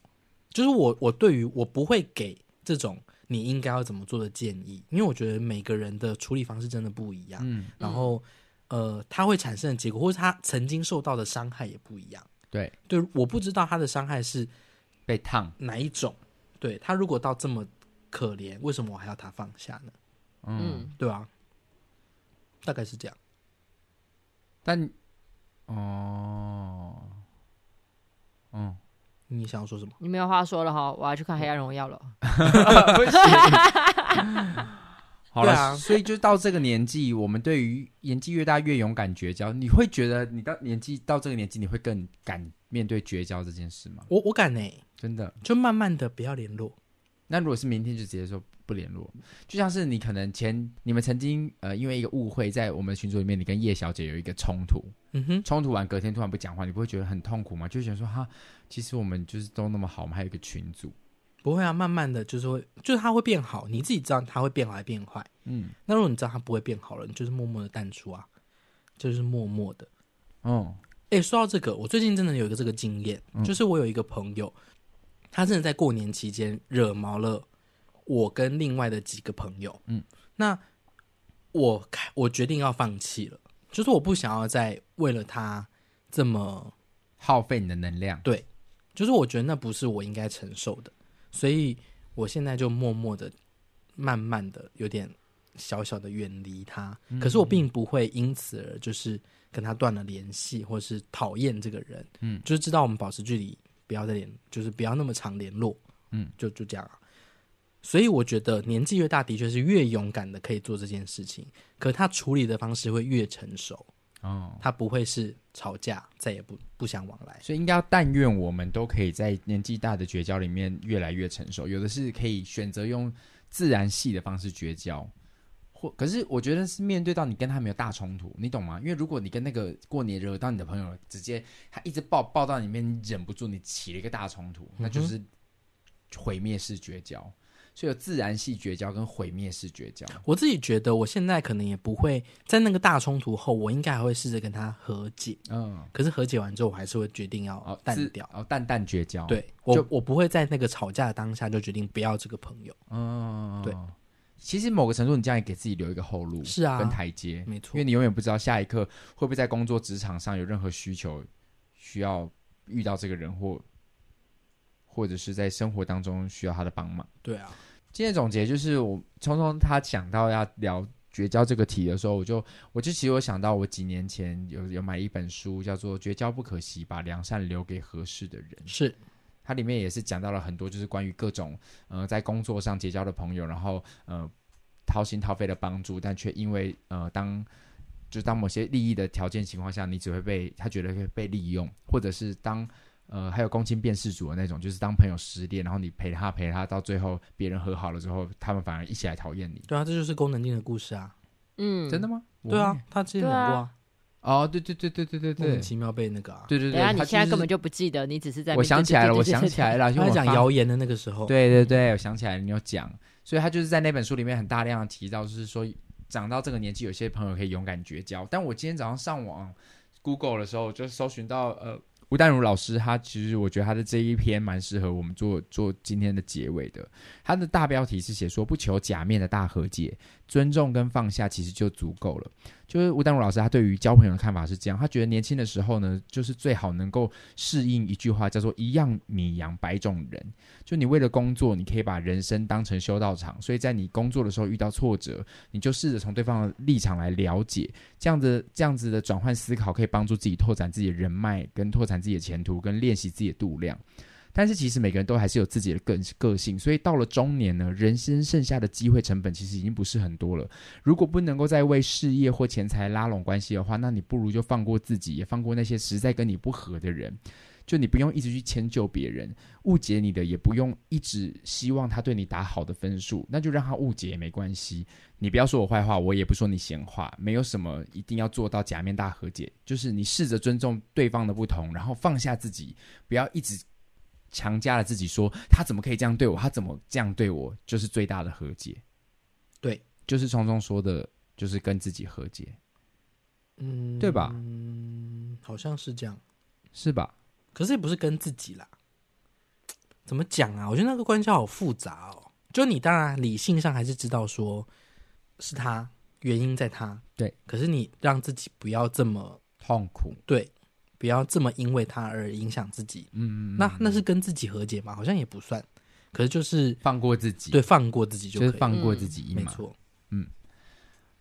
S2: 就是我我对于我不会给这种你应该要怎么做的建议，因为我觉得每个人的处理方式真的不一样。
S3: 嗯，
S2: 然后呃，他会产生的结果，或者他曾经受到的伤害也不一样。
S3: 对，
S2: 对，我不知道他的伤害是
S3: 被烫，
S2: 哪一种？对他如果到这么可怜，为什么我还要他放下呢？
S3: 嗯，
S1: 嗯
S2: 对啊，大概是这样。
S3: 但哦，嗯。
S2: 你想要说什么？
S1: 你没有话说了哈，我要去看《黑暗荣耀》了。
S3: 不行。好
S2: 对
S3: 了，
S2: 啊
S3: 所以就到这个年纪，我们对于年纪越大越勇敢绝交，你会觉得你到年纪到这个年纪，你会更敢面对绝交这件事吗？
S2: 我我敢呢、欸
S3: 真的？
S2: 就慢慢的不要联络。
S3: 那如果是明天就直接说不联络，就像是你可能前你们曾经呃因为一个误会，在我们群组里面，你跟叶小姐有一个冲突，
S2: 嗯哼，
S3: 冲突完隔天突然不讲话，你不会觉得很痛苦吗？就觉得说哈，其实我们就是都那么好，我们还有一个群组，
S2: 不会啊，慢慢的就是会，就是他会变好，你自己知道他会变好还变坏。
S3: 嗯，
S2: 那如果你知道他不会变好了，你就是默默的淡出啊，就是默默的。
S3: 哦，
S2: 哎、说到这个，我最近真的有一个这个经验，就是我有一个朋友，他真的在过年期间惹毛了我跟另外的几个朋友，嗯
S3: 嗯，
S2: 那我开我决定要放弃了，就是我不想要再为了他这么，
S3: 耗费你的能量。
S2: 就是我觉得那不是我应该承受的，所以我现在就默默的、慢慢的、有点小小的远离他，
S3: 嗯
S2: 可是我并不会因此而就是跟他断了联系，或是讨厌这个人，嗯
S3: 嗯，
S2: 就是知道我们保持距离，不要再联，就是不要那么常联络，嗯
S3: 嗯，
S2: 就就这样啊。所以我觉得年纪越大，的确是越勇敢的可以做这件事情，可他处理的方式会越成熟，
S3: 哦，
S2: 他不会是吵架，再也不不相往来。
S3: 所以应该要但愿我们都可以在年纪大的绝交里面越来越成熟，有的是可以选择用自然系的方式绝交。或可是我觉得是面对到你跟他没有大冲突，你懂吗？因为如果你跟那个过年惹到你的朋友，直接他一直抱抱到里面，你忍不住你起了一个大冲突，那
S2: 嗯
S3: 就是毁灭式绝交。所以有自然系绝交跟毁灭式绝交。
S2: 我自己觉得，我现在可能也不会在那个大冲突后，我应该还会试着跟他和解。
S3: 嗯，
S2: 可是和解完之后，我还是会决定要
S3: 哦，
S2: 淡
S3: 自
S2: 掉。
S3: 哦，淡淡绝交。
S2: 对
S3: 就
S2: 我，我不会在那个吵架的当下就决定不要这个朋友。
S3: 嗯，
S2: 对。
S3: 其实某个程度，你这样也给自己留一个后路，
S2: 是啊
S3: 跟台阶，
S2: 没错
S3: 因为你永远不知道下一刻会不会在工作职场上有任何需求，需要遇到这个人或或者是在生活当中需要他的帮忙。
S2: 对啊，
S3: 今天总结就是我，聪聪他想到要聊绝交这个题的时候，我就我就其实我想到我几年前有有买一本书叫做《绝交不可惜，把良善留给合适的人》。
S2: 是
S3: 它里面也是讲到了很多，就是关于各种呃在工作上结交的朋友，然后呃掏心掏肺的帮助，但却因为呃当就当某些利益的条件情况下，你只会被他觉得会被利用，或者是当呃还有公亲辨识组的那种，就是当朋友失恋，然后你陪他陪他，到最后别人和好了之后，他们反而一起来讨厌你，
S2: 对啊，这就是功能性的故事啊。
S1: 嗯，
S3: 真的吗？
S2: 对
S3: 我
S2: 啊
S3: 没，
S2: 他之前讲过啊，
S3: 有，哦，对对对对对对
S2: 莫
S3: 对
S2: 名，其妙被那个啊，
S3: 对对
S1: 等一下
S3: 对，
S1: 你
S3: 他
S1: 现在
S3: 是
S1: 根本就不记得，你只是在
S3: 我想起来了，我想起来
S1: 了，
S3: 了，因
S2: 他
S3: 为
S2: 在讲
S3: 我发
S2: 谣言的那个时候，
S3: 对对对，我想起来，你有讲，所以他就是在那本书里面很大量的提到，就是说长到这个年纪，有些朋友可以勇敢绝交。但我今天早上上网 Google 的时候，就搜寻到呃吴淡如老师，他其实我觉得他的这一篇蛮适合我们做做今天的结尾的。他的大标题是写说不求假面的大和解，尊重跟放下其实就足够了。就是吴淡如老师，他对于交朋友的看法是这样，他觉得年轻的时候呢，就是最好能够适应一句话叫做“一样米养百种人”，就你为了工作，你可以把人生当成修道场，所以在你工作的时候遇到挫折，你就试着从对方的立场来了解，这样的这样子的转换思考，可以帮助自己拓展自己的人脉，跟拓展自己的前途，跟练习自己的度量。但是其实每个人都还是有自己的个个性，所以到了中年呢，人生剩下的机会成本其实已经不是很多了。如果不能够再为事业或钱财拉拢关系的话，那你不如就放过自己，也放过那些实在跟你不合的人。就你不用一直去迁就别人，误解你的也不用一直希望他对你打好的分数，那就让他误解也没关系。你不要说我坏话，我也不说你闲话，没有什么一定要做到假面大和解，就是你试着尊重对方的不同，然后放下自己，不要一直强加了自己说他怎么可以这样对我，他怎么这样对我，就是最大的和解。
S2: 对，
S3: 就是聪聪说的，就是跟自己和解，
S2: 嗯，
S3: 对吧？
S2: 嗯，好像是这样。
S3: 是吧？
S2: 可是也不是跟自己啦。怎么讲啊？我觉得那个关系好复杂哦。就你当然理性上还是知道说是他原因在他，
S3: 对。
S2: 可是你让自己不要这么
S3: 痛苦，
S2: 对，不要这么因为他而影响自己。
S3: 嗯，
S2: 那那是跟自己和解吗？好像也不算。可是就是
S3: 放过自己，
S2: 对放过自己就
S3: 就
S2: 可以
S3: 是
S2: 了，
S3: 放过自己一马。
S2: 没错。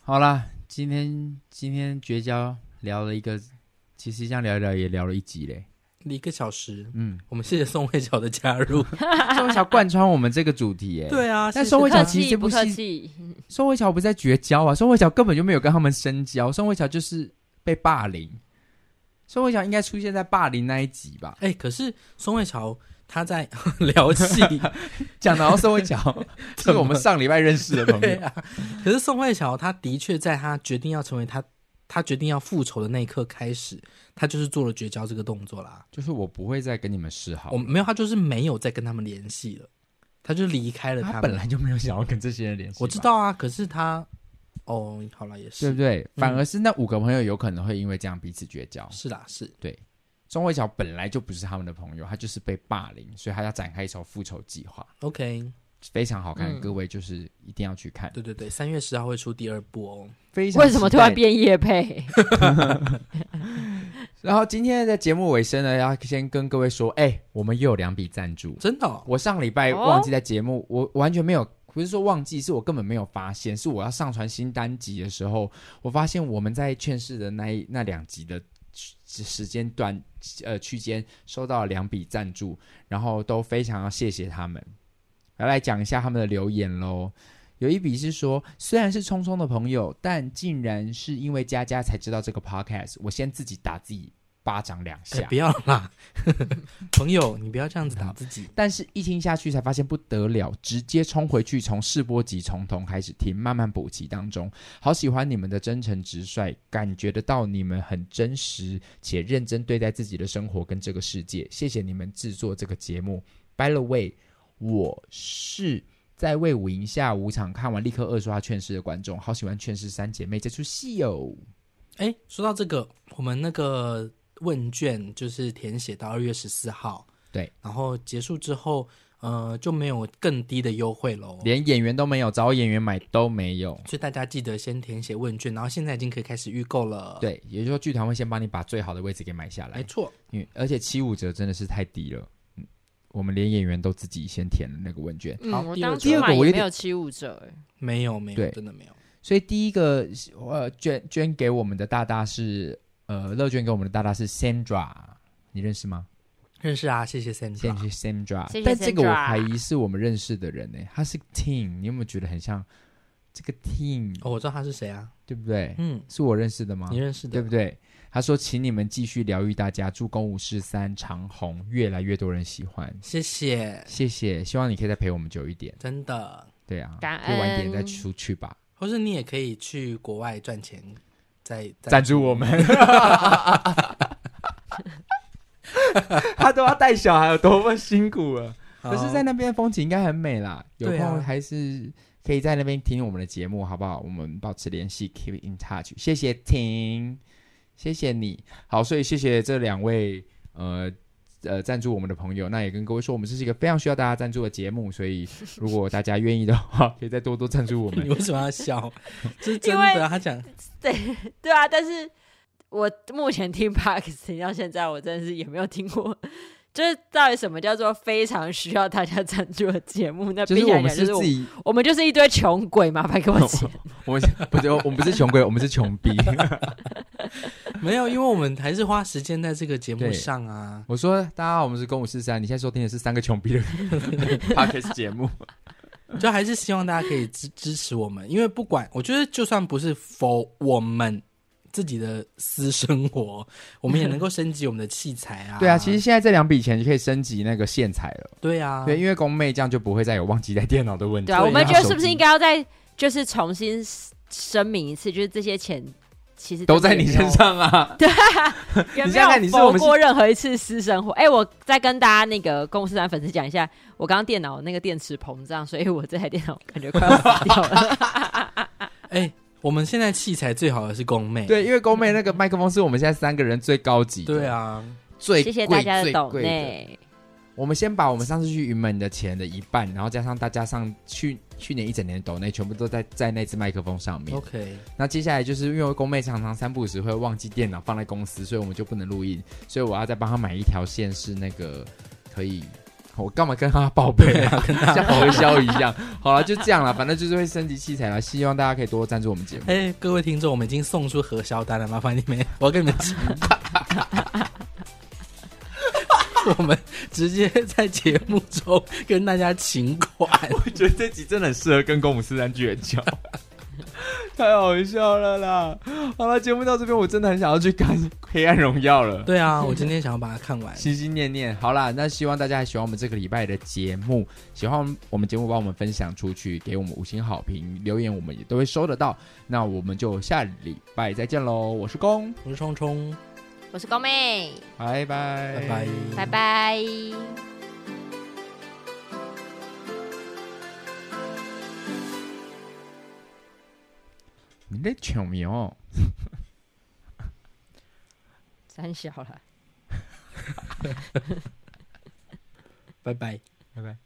S3: 好啦，今天今天绝交聊了一个，其实这样聊一聊也聊了一集嘞。
S2: 一个小时，
S3: 嗯，
S2: 我们谢谢宋慧乔的加入。
S3: 宋慧乔贯穿我们这个主题耶。，
S2: 对啊，谢
S3: 但
S2: 谢
S3: 宋
S1: 不
S3: 慧
S1: 客
S3: 乔其实
S1: 气，
S3: 这
S1: 不
S3: 部
S1: 客
S3: 戏，
S1: 气，
S3: 宋慧乔不是在绝交啊，宋慧乔根本就没有跟他们深交，宋慧乔就是被霸凌。宋慧乔应该出现在霸凌那一集吧？
S2: 哎、可是宋慧乔她在 聊戏，
S3: 讲到宋 慧乔，是我们上礼拜认识的朋
S2: 对
S3: 友。
S2: 啊，可是宋慧乔她的确在她决定要成为她，她决定要复仇的那一刻开始，她就是做了绝交这个动作啦。
S3: 就是我不会再跟你们示好
S2: 我，没有，她就是没有再跟他们联系了，她就离开了
S3: 他
S2: 他
S3: 本
S2: 们。
S3: 来就没有想要跟这些人联系。
S2: 我知，道啊，可是她，哦，好了，也
S3: 对
S2: 是
S3: 不对？反而是那五个朋友有可能会因为这样彼此绝交。
S2: 是啦，是
S3: 钟慧乔本来就不是他们的朋友，她就是被霸凌，所以她要展开一场复仇计划。
S2: OK，
S3: 非常好看，
S1: 嗯
S3: 各位就是一定要去看。
S2: 对对对，三月十号会出第二部哦。
S3: 非常
S1: 为什么
S3: 期
S1: 突
S3: 待
S1: 然？变夜配？
S3: 然后今天在节目尾声呢，要先跟各位说，哎、我们又有两笔赞助。
S2: 真的、哦，
S3: 我上礼拜忘记在节目，我完全没有，不是说忘记，是我根本没有发现，是我要上传新单集的时候，我发现我们在劝世的那一那两集的区时间段呃区间收到了两笔赞助，然后都非常要谢谢他们。来来讲一下他们的留言喽。有一笔是说，虽然是聪聪的朋友，但竟然是因为佳佳才知道这个 podcast，我先自己打自己巴掌两
S2: 哎，
S3: 下
S2: 不。要啦， 朋友，你不要这样子打自己。
S3: 但是，一听下去才发现不得了，直接冲回去从试播集从头开始听，慢慢补齐当中。好喜欢你们的真诚直率，感觉得到你们很真实且认真对待自己的生活跟这个世界。谢谢你们制作这个节目。By the way，我是。在魏武营下五场看完，立刻二刷《劝世》的观众，好喜欢《劝世三姐妹》这出戏哦。
S2: 哎，说到这个，我们那个问卷就是填写到二月十四号，
S3: 对，
S2: 然后结束之后，呃，就没有更低的优惠喽。
S3: 连演员都没有，找演员买都没有。
S2: 所以大家记得先填写问卷，然后现在已经可以开始预购了。，
S3: 对，也就是说，剧团会先帮你把最好的位置给买下来
S2: 没。错，
S3: 因为而且七五折真的是太低了，嗯，我们连演员都自己先填了那个问卷，
S2: 好
S1: 嗯，我
S2: 第二
S1: 当
S2: 个
S1: 初买
S3: 我有
S1: 也没
S3: 点
S1: 有七五折、欸，
S2: 没有没有，
S3: 对
S2: 真的没有。
S3: 所以第一个呃捐捐给我们的大大是呃乐捐给我们的大大是 Sandra，你认识吗？
S2: 认识啊，谢谢
S3: 谢
S2: Sandra。
S3: 谢 Sandra，
S1: 谢谢
S3: 但这个我
S1: Sandra
S3: 怀疑是我们认识的人呢、欸他是 Ting，你有没有觉得很像这个 Ting，、
S2: 哦，我知道他是谁啊？
S3: 对不对？
S2: 嗯，
S3: 是我认识的吗
S2: 你？认识的
S3: 啊对不对？他说：“请你们继续疗愈大家，祝《公五十三》长红，越来越多人喜欢，
S2: 谢谢，
S3: 谢谢。希望你可以再陪我们久一点。”
S2: 真的。
S3: 对啊，
S1: 感
S3: 可以晚一点再
S1: 恩
S3: 出去吧。
S2: 或是你也可以去国外赚钱，再
S3: 赞助我们， 他都要带小孩，有多么辛苦啊！
S2: 好
S3: 可是，在那边风景应该很美啦，有
S2: 对啊
S3: 空还是可以在那边听我们的节目，好不好？我们保持联系，keep in touch。谢谢婷，谢谢你好，所以谢谢这两位呃呃赞助我们的朋友。那也跟各位说，我们这是一个非常需要大家赞助的节目，所以如果大家愿意的话，可以再多多赞助我们
S2: 你。为什么要 笑？这是真
S1: 因
S2: 的啊，他讲
S1: 对啊，但是我目前听 Parks 听到现在，我真的是也没有听过， 就是到底什么叫做非常需要大家赞助的节目？那
S3: 就是
S1: 必
S3: 我
S1: 然
S3: 们
S1: 就是是我
S3: 自己
S1: 我们就是一堆穷鬼， 麻烦给我钱。
S3: 我们是不是我们不是穷鬼，我们是穷逼。
S2: 没有，因为我们还是花时间在这个节目
S3: 对
S2: 上啊。
S3: 我说大家好，我们是公五四三，你现在收听的是三个穷逼的 podcast 节目。
S2: 就还是希望大家可以支支持我们，因为不管我觉得就算不是否我们自己的私生活，我们也能够升级我们的器材啊。
S3: 对啊，其实现在这两笔钱就可以升级那个线材了。
S2: 对啊，
S3: 对，因为公妹这样就不会再有忘记带电脑的问题。
S1: 对啊，我
S2: 对
S1: 们
S2: 啊
S1: 觉得是不是
S3: 手机
S1: 应该要再就是重新声明一次，就是这些钱其实
S3: 都在你身，上啊？
S1: 也
S3: 你
S1: 没
S3: 想想看你
S1: 有
S3: 是我
S1: 否
S3: 们是
S1: 过任何一次私生活。哎，我再跟大家那个公司三粉丝讲一下，我刚刚电脑那个电池膨胀，所以我这台电脑感觉快要死掉了。
S2: 哎、我们现在器材最好的是公妹。
S3: 对，因为公妹那个麦克风是我们现在三个人最高级的，
S2: 对，啊，
S3: 最
S1: 谢
S3: 贵
S1: 谢大家的
S3: 最
S1: 抖
S3: 贵的。
S1: 内。
S3: 我们先把我们上次去云门的钱的一半，然后加上大家上去去年一整年的抖内，全部都在在那只麦克风上面。
S2: OK，
S3: 那接下来就是因为公妹常常三不五时会忘记电脑放在公司，所以我们就不能录音，所以我要再帮她买一条线是那个可以。我干嘛跟她报备 啊？跟她像核销一样。好了，就这样了，反正就是会升级器材了。希望大家可以多多赞助我们节目。
S2: 哎、各位听众，我们已经送出核销单了，麻烦你们，我要跟你们讲， 我们直接在节目中跟大家请款。
S3: 我 觉得这集真的很啊适合跟公五四三绝交， 太好笑了啦！好了，节目到这边，我真的很想要去看《黑暗荣耀》了。
S2: 对啊，我今天想要把它看完。
S3: 心心念念，好啦，那希望大家还喜欢我们这个礼拜的节目，喜欢我们节目，帮我们分享出去，给我们五星好评，留言我们也都会收得到。那我们就下礼拜再见喽，我是公，
S2: 我是冲冲，
S1: 我是高妹，
S3: 拜拜，
S2: 拜拜，
S1: 拜。拜。
S3: 你在抢名哦。
S1: 三小了。
S2: 拜拜。
S3: 拜拜。